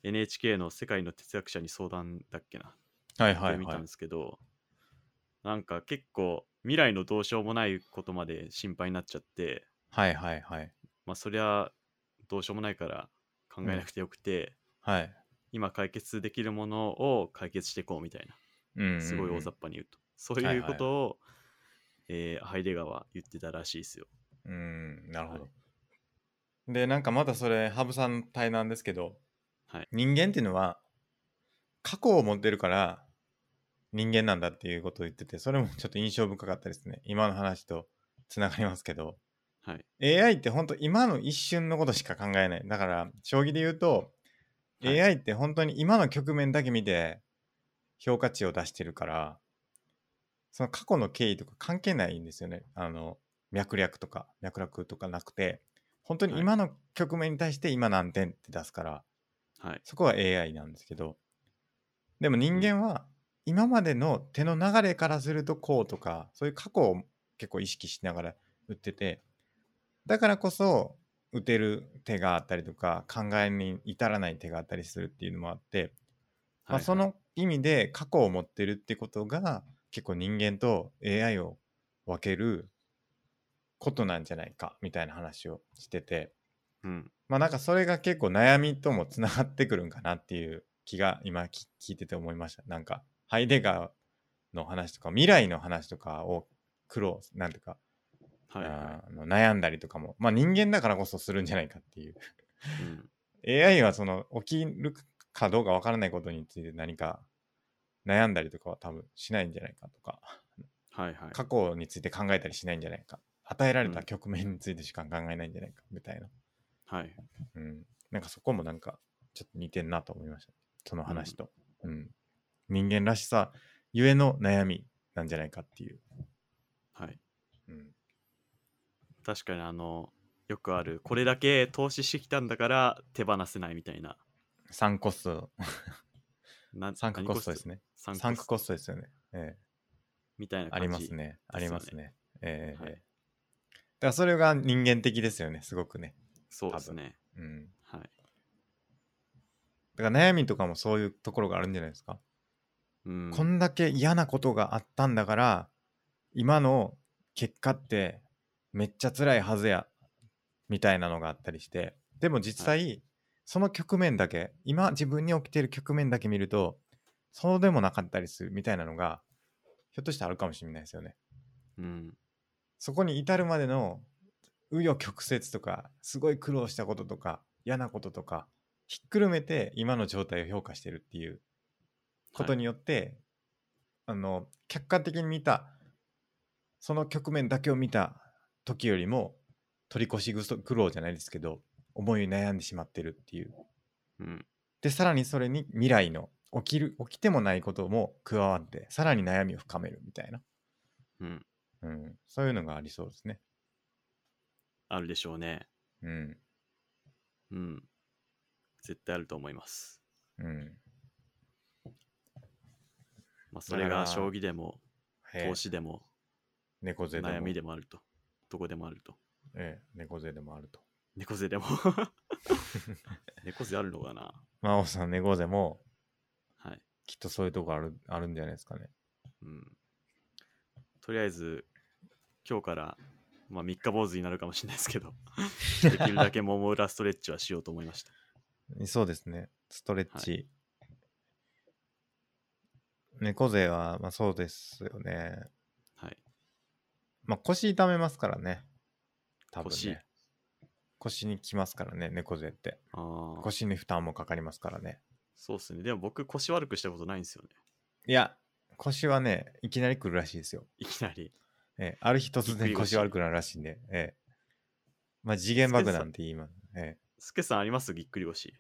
NHK の世界の哲学者に相談だっけな。
はいはい
見
は
たん
い
で。すけど、なんか結構未来のどうしようもないことまで心配になっちゃって、
はいはいはい。
まあそりゃどうしようもないから考えなくてよくて、
はい。
今解決できるものを解決していこうみたい
うんうんうん
な、すごい大雑把に言うと。そう
はい
い
は
う
い
ことを、えーハイデガーは言ってたらしいですよ。
うん、なるほど。
は
で、なんかまたそれ、羽生さんの対談ですけど、
はい
人間っていうのは、過去を持ってるから人間なんだっていうことを言ってて、それもちょっと印象深かったですね。今の話とつながりますけど、
はい。
AI って本当今の一瞬のことしか考えない。だから、将棋で言うと、
はい
AI って本当に今の局面だけ見て評価値を出してるから、その過去の経緯とか関係ないんですよね。あの、脈略とか、脈絡とかなくて、本当に
はい
今の局面に対して今何点って出すから、
はい。
そこは AI なんですけど、でも人間は今までの手の流れからするとこうとか、そういう過去を結構意識しながら打ってて、だからこそ打てる手があったりとか、考えに至らない手があったりするっていうのもあって、ま
は
あ、
い
そ、の意味で過去を持ってるってことが結構人間と AI を分けることなんじゃないかみたいな話をしてて、
うん。
まあなんかそれが結構悩みともつながってくるんかなっていう気が今き聞いてて思いました。なんかハイデガーの話とか未来の話とかを苦労、なんていうか、
はい、は
あの悩んだりとかも、まあ人間だからこそするんじゃないかっていう。
い。うん。
AI はその起きるかどうかわからないことについて何か悩んだりとかは多分しないんじゃないかとか、
はいはい。
過去について考えたりしないんじゃないか、与えられ
う
た
ん
局面についてしか考えないんじゃないかみたいな。
はい。
うん、なんかそこもなんかちょっと似てんなと思いましたその話と、うん人間らしさゆえの悩みなんじゃないかっていう、
はい。
うん、
確かにあの、よくある、これだけ投資してきたんだから手放せないみたいな。
3コスト
な
参加コストです
ね。
ね
サン
参加
コスト
コストですよね、ええ
みたいな
あ
感
り
じ
ます。ねありますねええ
はい
ええだからそれが人間的ですよねすごくね
そうですね。
うん
はい。
だから悩みとかもそういうところがあるんじゃないですか
うん
こんだけ嫌なことがあったんだから、今の結果ってめっちゃ辛いはずや、みたいなのがあったりして、でも実際、その局面だけ、今自分に起きてる局面だけ見ると、そうでもなかったりするみたいなのが、ひょっとしたらあるかもしれないですよね。
うん。
そこに至るまでの紆余曲折とかすごい苦労したこととか嫌なこととかひっくるめて今の状態を評価してるっていうことによって、あの客観的に見たその局面だけを見た時よりも取り越しぐそ苦労じゃないですけど思い悩んでしまってるっていう
うん、
でさらにそれに未来の起きる起きてもないことも加わってさらに悩みを深めるみたいな、
うん、
うん、そういうのがありそうですね。
あるでしょうね。
うん
うん。絶対あると思います。
うん、
まあ、それが
だから
将棋でも、
へえ
投資でも、
猫背でも
悩みでもあると。どこでもあると。
ええ、猫背でもあると。
猫背で も。猫背あるのかな
真央さん、猫背も
はい。
きっとそういうとこあるあるんじゃないですかね。
うん。とりあえず、今日から、まあ、三日坊主になるかもしれないです けど、できるだけ桃裏ストレッチはしようと思いました。
そうですね。ストレッチ。猫背は、まあそうですよね。
はい。
まあ腰痛めますからね。多分
腰
ね。腰にきますからね、猫背って。
ああ、
腰に負担もかかりますからね。
そうっすね。でも僕、腰悪くしたことないんですよね。
いや、腰はね、いきなり来るらしいですよ。
いきなり。
ええ、ある日突
びっくり
然
腰
腰悪くなるらしいんで。ええ、まあ次元爆弾って言います。ええ、
すけさんありますぎっくり腰。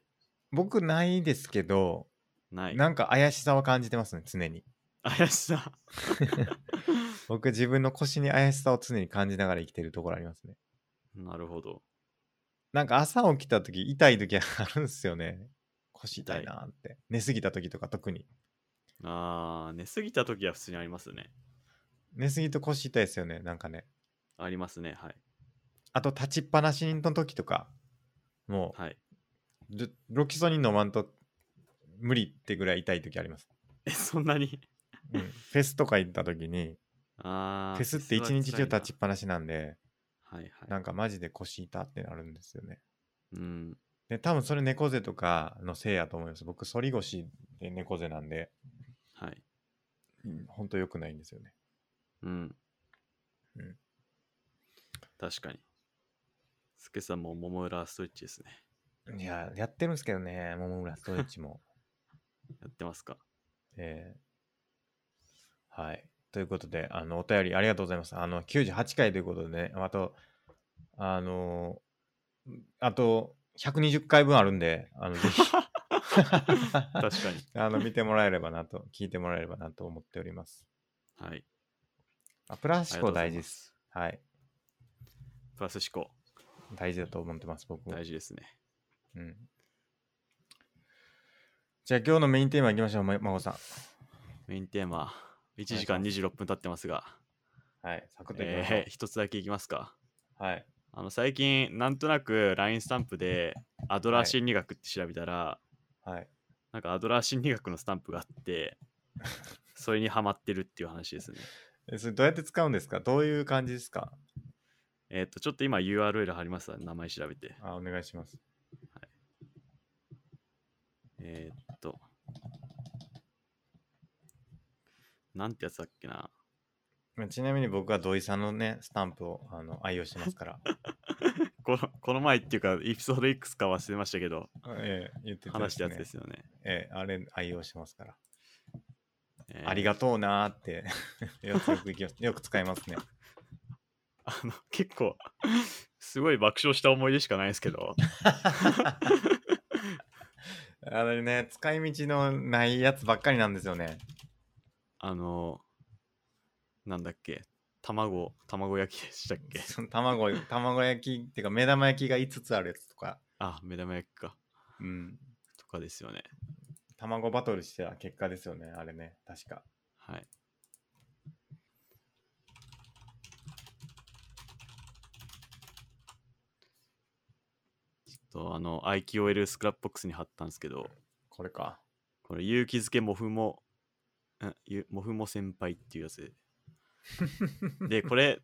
僕
僕ないですけど、
ない。
なんか怪しさは感じてますね、常に。
怪しさ。
僕、自分の腰に怪しさを常に感じながら生きてるところありますね。
なるほど。
なんか朝起きた時、痛い 時あるんですよね。腰痛いなーって。寝すぎた時とか特に。
ああ、寝すぎた時は普通にありますね。
寝すぎると腰痛いですよね、なんかね。
ありますね。はい。
あと、立ちっぱなしの時とか、も
はい。
う、ロロキソニン飲まんと無理ってぐらい痛い時あります。
え、そんなに
うん、フェスとか行った時に、
ああ。
フェスって一日中立ち
ち
っ。ぱなしなんで、
はいは。
ないんかマジで腰痛ってなるんですよね。
うん。
で、多分それ猫背とかのせいやと思います。僕、反り腰で猫背なんで、
はい。
ほんと良くないんですよね。
うん。
うん
確かに。すけさんも桃裏ストレッチですね。
いや、やってるんですけどね、桃村ストレッチ も。
やってますか
えーはい。ということで、あの、お便りありがとうございます。あの、98回ということでね、あと、あのあと、120回分あるんで、あの、ぜ ひ、
確かに。
あの、見てもらえればなと、聞いてもらえればなと思っております。
はい。
あプラ
あ
ス
りがとう
思考
ござい
大事
ま
です。
す。
はい。
プラス思考、
大事だと思ってます、僕も。
大事ですね。
うんじゃあ今日のメインテーマいきましょう、ままこさ
メインテーマ、1時間26分経ってますが、
ん。はい、サクッといきましょう
えー、一つだけいきますか。
はい。
あの最近、なんとなく LINE スタンプでアドラー心理学って調べたら、
はい。
なんかアドラー心理学のスタンプが あって、それにハマってるっていう話ですね。
えそれどうやって使うんですかどういう感じですか
えっ、と、ちょっと今 URL 貼りますわ名前調べて。
あ、お願いします。
えーっと。なんてやつだっけな。
まあちなみに僕は土井さんのね、スタンプをあの愛用してます から。
このこの前っていうか、エピソードいくつか忘れましたけど、
ええ、言ってた
話したやつで
ね
すよね。
ええ、あれ愛用してますから。
え
ありがとうなーって、 よくよくいきますよく使いますね。
あの結構すごい爆笑した思い出しかないです けど
あれね、使い道のないやつばっかりなんですよね。
あのなんだっけ卵卵焼きでしたっけ
その卵、卵焼きっていうか目玉焼きが5つあるやつとか。
あ目玉焼きか
うん。
とかですよね
卵バトルしてた結果ですよね、あれね、確か。
はいちょっとあの IQL スクラップボックスに貼ったんですけど
これか。
これ勇気づけモフモんゆモフモ先輩っていうやつででこれ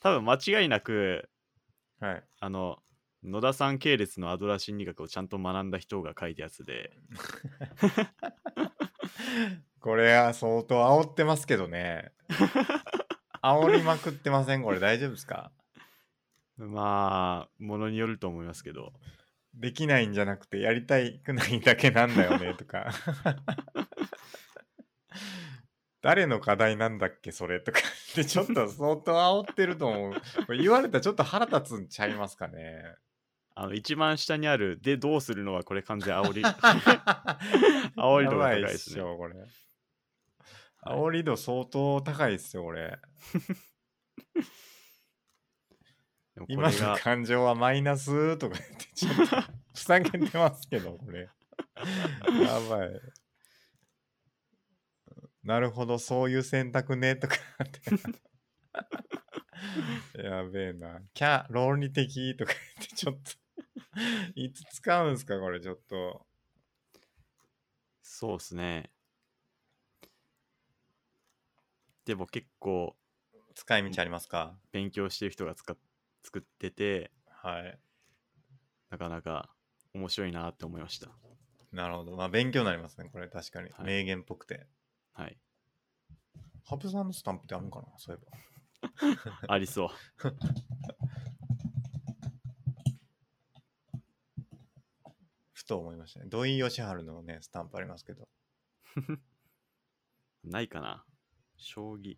多分間違いなく
はい。
あの野田さん系列のアドラー心理学をちゃんと学んだ人が書いたやつで
これは相当煽ってますけどね。煽りまくってませんこれ大丈夫ですか
まあ、ものによると思いますけど。
できないんじゃなくてやりたくないだけなんだよねと か誰の課題なんだっけそれとかってちょっと相当煽ってると思うこれ言われたらちょっと腹立つんちゃいますかね
あの、一番下にある、で、どうするのは、これ完全 煽り。煽
煽
り度が高いで
っ
す
し
ね。
ょこれ煽り度相当高いっすよこれ
でもこ
今
れ
の
が、
感情はマイナスとか言ってちょっとふざけてますけどこ れやばいなるほどそういう選択ねとか ってやべえなキャ論理的とか言ってちょっといつ使うんすかこれちょっと
そうですね。でも結構、
使い道ありますか
勉強してる人が使っ作ってて、
はい
なかなか面白いなって思いました。
なるほどまあ勉強になりますねこれ確かに、
はい
名言っぽくて
はい。
ハブさんのスタンプってあるのかなそういえば
ありそう。
ふと思いましたね土井善晴のねスタンプありますけど
ないかな。将棋。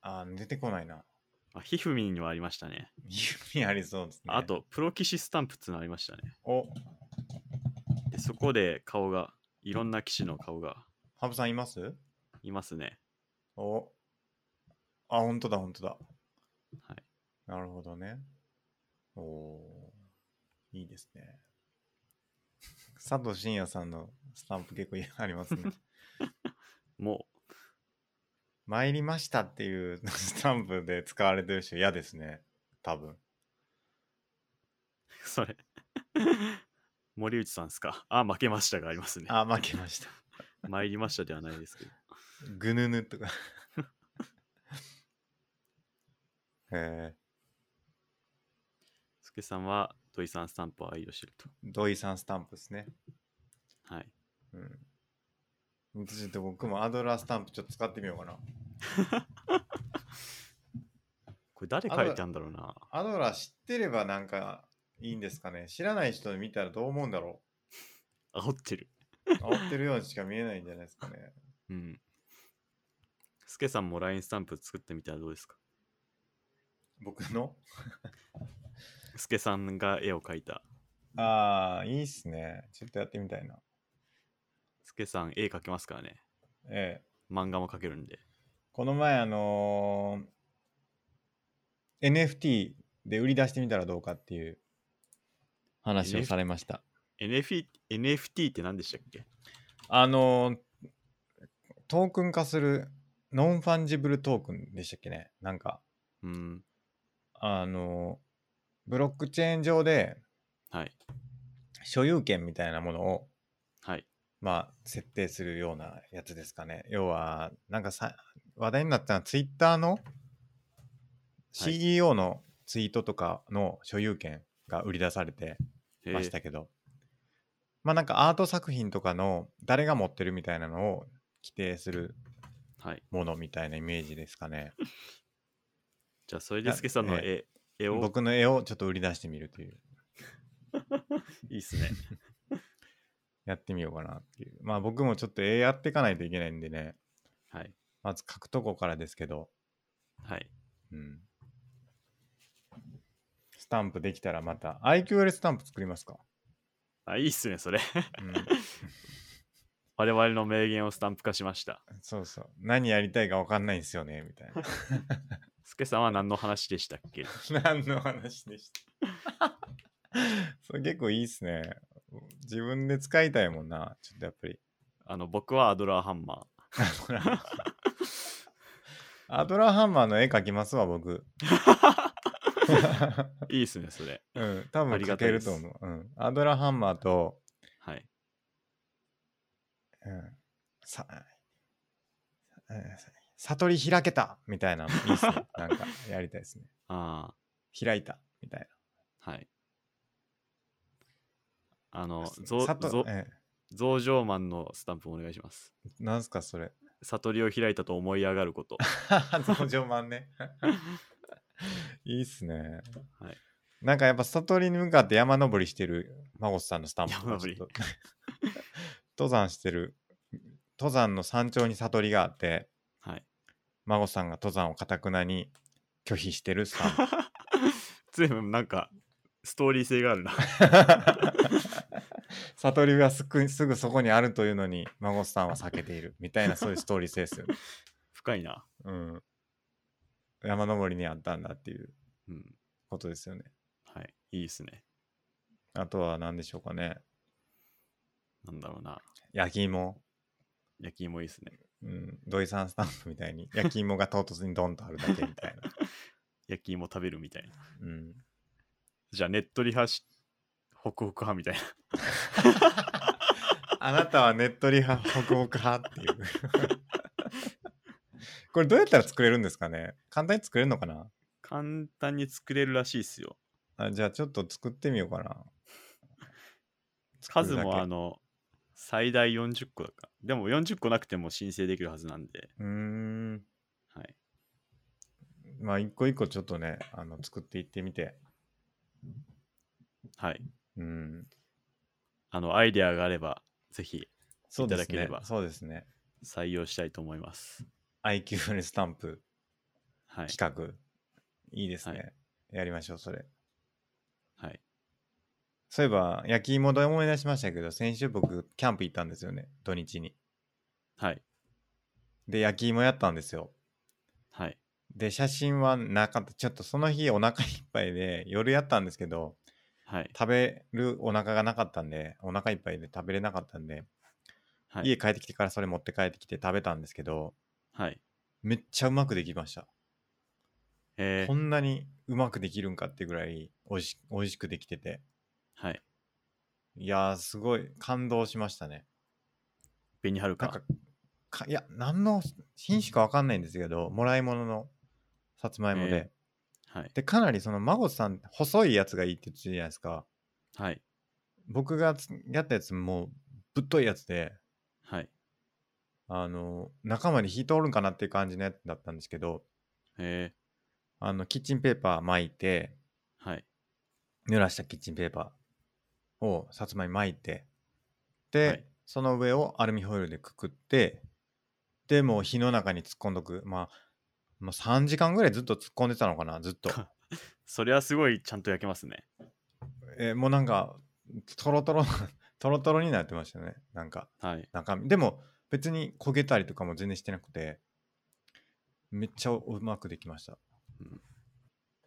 あー出てこないな。
あ、ひふみんにはありましたね。
弓ありそうですね。
あ、と、プロ棋士スタンプっつうのありましたね。
お
で、そこで顔が、いろんな棋士の顔が
ハブさんいます
いますね。
おあ、本当だ、本当だ。
はい。
なるほどね。おーいいですね。佐藤慎也さんのスタンプ結構あり ますね。
も
参りましたっていうスタンプで使われてる人嫌ですね。多分。
う、 それ。森内さんですか。あ、負けましたがありますね。
あ、負けました。
参りましたではないですけど。
ぐぬぬとか。えー、
すけさんは土井さんスタンプを愛用してると。
土井さんスタンプですね。
はい。
うん。ちょっと僕もアドラースタンプちょっと使ってみようかな。
これ誰書いたんだろうな。
アドラー知ってればなんかいいんですかね。知らない人見たらどう思うんだろ
煽ってる。
う。煽ってるようにしか見えないんじゃないですかね。
うん。すけさんも LINE スタンプ作ってみたらどうですか
僕の
すけさんが絵を描いた。
ああ、いいっすね。ちょっとやってみたいな。
すけさん絵描けますからね。
ええ。
漫画も描けるんで。
この前あのー NFT で売り出してみたらどうかっていう話を
NF
されました。
NF NFT って何でしたっけ
あのートークン化するノンファンジブルトークンでしたっけねなんか
うん。
あのーブロックチェーン上で
はい。
所有権みたいなものを
はい。
まあ設定するようなやつですかね要はなんかさ話題になったのはツイッターの CEO のツイートとかの所有権が売り出されて
えー
ましたけど、まあなんかアート作品とかの誰が持ってるみたいなのを規定する
はい。
ものみたいなイメージですかね。
じゃあ、それですけさんの
あ
絵、絵を。
僕の絵をちょっと売り出してみるという。
いいっすね。
やってみようかなっていう。まあ僕もちょっと絵やっていかないといけないんでね。
はい。
まず書くとこからですけど。
はい。
うん。スタンプできたらまた。IQL スタンプ作りますか。
あ、いいっすね、それ。
うん。
我々の名言をスタンプ化しました。
そうそう。何やりたいか分かんないんですよね、みたい
すけさんは何の話でしたっけ
な。何の話でした。それ結構いいっすね。自分で使いたいもんな。ちょっとやっぱり。
あの、僕はアドラーハン
ほ
マ
らアドラーハンマーの絵描きますわ、 僕。
ー。いいっすね、それ。
うん、多分
ありが
描け
たいで
る
す
と思う。うん、アドラーハンマーと、
はい。
うん、さ、うん悟り開けたみたいなの いいっすね。なんかやりたいですね。
あ
開いたみたい
あ、はい。あ
な。
の、
さ
増
さと
増
え
増上マンのスタンプお願いします。
えなんすかそれ。
悟りを開いたと思い上がること。
増上版ね。いいっすね。
はい
なんかやっぱ悟りに向かって山登りしてるマゴスさんのスタンプ
山登り
ちょっと 登山してる登山の山頂に悟りがあって
はい。
マゴスさんが登山をかたくなに拒否してるスタンプ
随分なんか、ストーリー性があるな。
悟りがすぐすぐそこにあるというのにマゴスさんは避けているみたいなそういうストーリー性ですよね、
深いな。
うん、山登りにあったんだっていう
うん。
ことですよね
はい。いいですね。
あとは何でしょうかね
なんだろうな。
焼き芋
焼き芋いいですね。
うん、土井さんスタンプみたいに焼き芋が唐突にドンとあるだけみたいな。
焼き芋食べるみたいな。
うん、
じゃあ、ねっとり派し、ホクホク派みたいな。
あなたはねっとり派、ホクホク派っていう。 これどうやったら作れるんですかね簡単に作れるのかな
簡単に作れるらしいっすよ。
あじゃあちょっと作ってみようかな。
数
作るだ
も
け
あの、最大40個だから。でも40個なくても申請できるはずなんで。
うーん。
はい。
まあ一個一個ちょっとね、あの作っていってみて。
はい。
うん。
あの、アイデアがあれば、ぜひ
そうです
いただけれ
ね。
ば
そうですね。
採用したいと思います。
IQ にスタンプ
はい。
企画。いいですね。
は
やりましょう、それ。
はい。
そういえば、焼き芋で思い出しましたけど、先週僕、キャンプ行ったんですよね、土日に。
はい。
で、焼き芋やったんですよ。
はい。
で、写真はなかった。ちょっとその日、お腹いっぱいで、夜やったんですけど、
はい。
食べるお腹がなかったんで、お腹いっぱいで食べれなかったんで、
はい。
家帰ってきてからそれ持って帰ってきて食べたんですけど、
はい。
めっちゃうまくできました。
え
こ
ー、
んなにうまくできるんかってぐらい、おいし美味しくできてて。
はい。
いやー、すごい感動しましたね。
紅はる
な
か。
んか、かいや、何の品種か分かんないんですけど、もらい物のさつまいもで。
はい。
で、かなりその、孫さん、細いやつがいいって言ってたじゃないですか。
はい。
僕がつやったやつも、ぶっといやつで、
はい。
あの、仲間に引いておるんかなっていう感じのやつだったんですけど、
え
あの、キッチンペーパー巻いて、
ー、はい。
濡らしたキッチンペーパーをさつまいも巻いて、で、
はい
その上をアルミホイルでくくって、で、もう火の中に突っ込んどく。まあ、まあ、3時間ぐらいずっと突っ込んでたのかな、ずっと。
それはすごいちゃんと焼けますね。
えーもうなんか、トロト ロ、トロトロになってましたね。なんか、
はい。
中身。でも、別に焦げたりとかも全然してなくて、めっちゃうまくできました。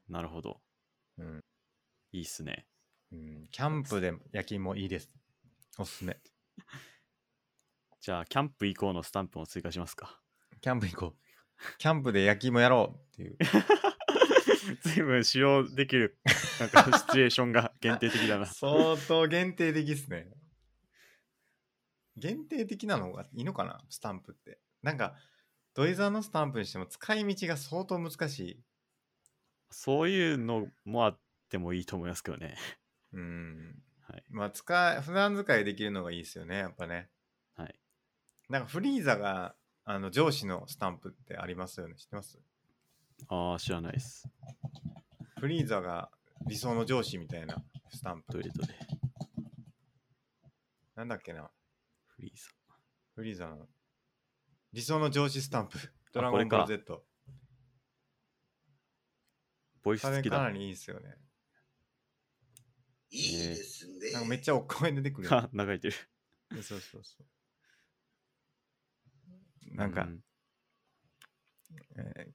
なるほど。
うん。
いいっすね。
うん、キャンプで焼き芋いいです。おすすめ。
じゃあ、キャンプ以降のスタンプも追加しますか。
キャンプ行こう。キャンプで焼き芋やろうっていう。
随分使用できる、なんかシチュエーションが限定的だな。
相当限定的っすね。限定的なのがいいのかなスタンプって。なんか、土井さんのスタンプにしても使い道が相当難しい。
そういうのもあってもいいと思いますけどね。
うん。
はい
まあ、使い、普段使いできるのがいいですよね、やっぱね。
はい。
なんかフリーザが、あの、上司のスタンプってありますよね。知ってます
ああ、知らないです。
フリーザが理想の上司みたいなスタン
ど
プ。
れどれ。
なんだっけな
フリーザ。
フリーザの理想の上司スタンプ。ドラ
こ
ゴ
れ
ン
か
ボール Z。
ボイス
それ
好き
かな
だ。
りいいですよね。
いいですね。
なんかめっちゃお声出てくる。
あ流れてる。
そうそうそう。なんか、
う
えー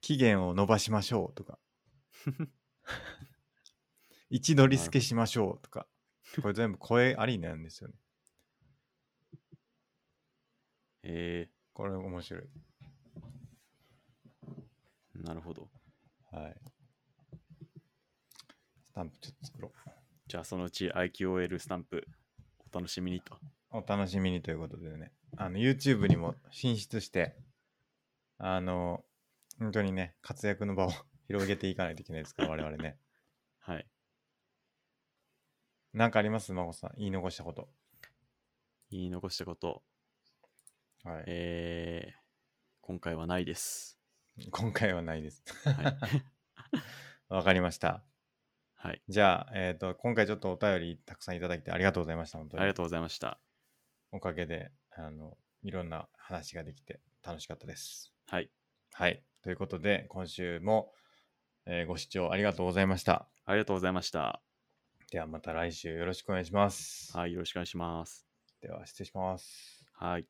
期限を延ばしましょうとか。一度リスケしましょうとか。これ全部声ありなんですよね。
え
これ面白い。
ー、なるほど。
はい。スタンプちょっと作ろ
じゃあ、そのうち IQOL スタンプ、お楽しみにと。
う。お楽しみにということでね。あの、YouTube にも進出して、あの、本当にね、活躍の場を 広げていかないといけないですから、我々ね。
はい。
なんかあります真帆さん。言い残したこと。
言い残したこと。
はい。
えー今回はないです。
今回はないです。
はい。
わかりました。
はい、
じゃあ、えっ、と、今回ちょっとお便りたくさんいただいてありがとうございました。本当
あり
に
が。とうございました。
おかげで、あの、いろんな話ができて楽しかったです。
はい。
はい。ということで、今週も、えーご視聴ありがとうございました。
ありがとうございました。
ではまた来週よろしくお願いします。
はい。よろしくお願いします。
では失礼します。
はい。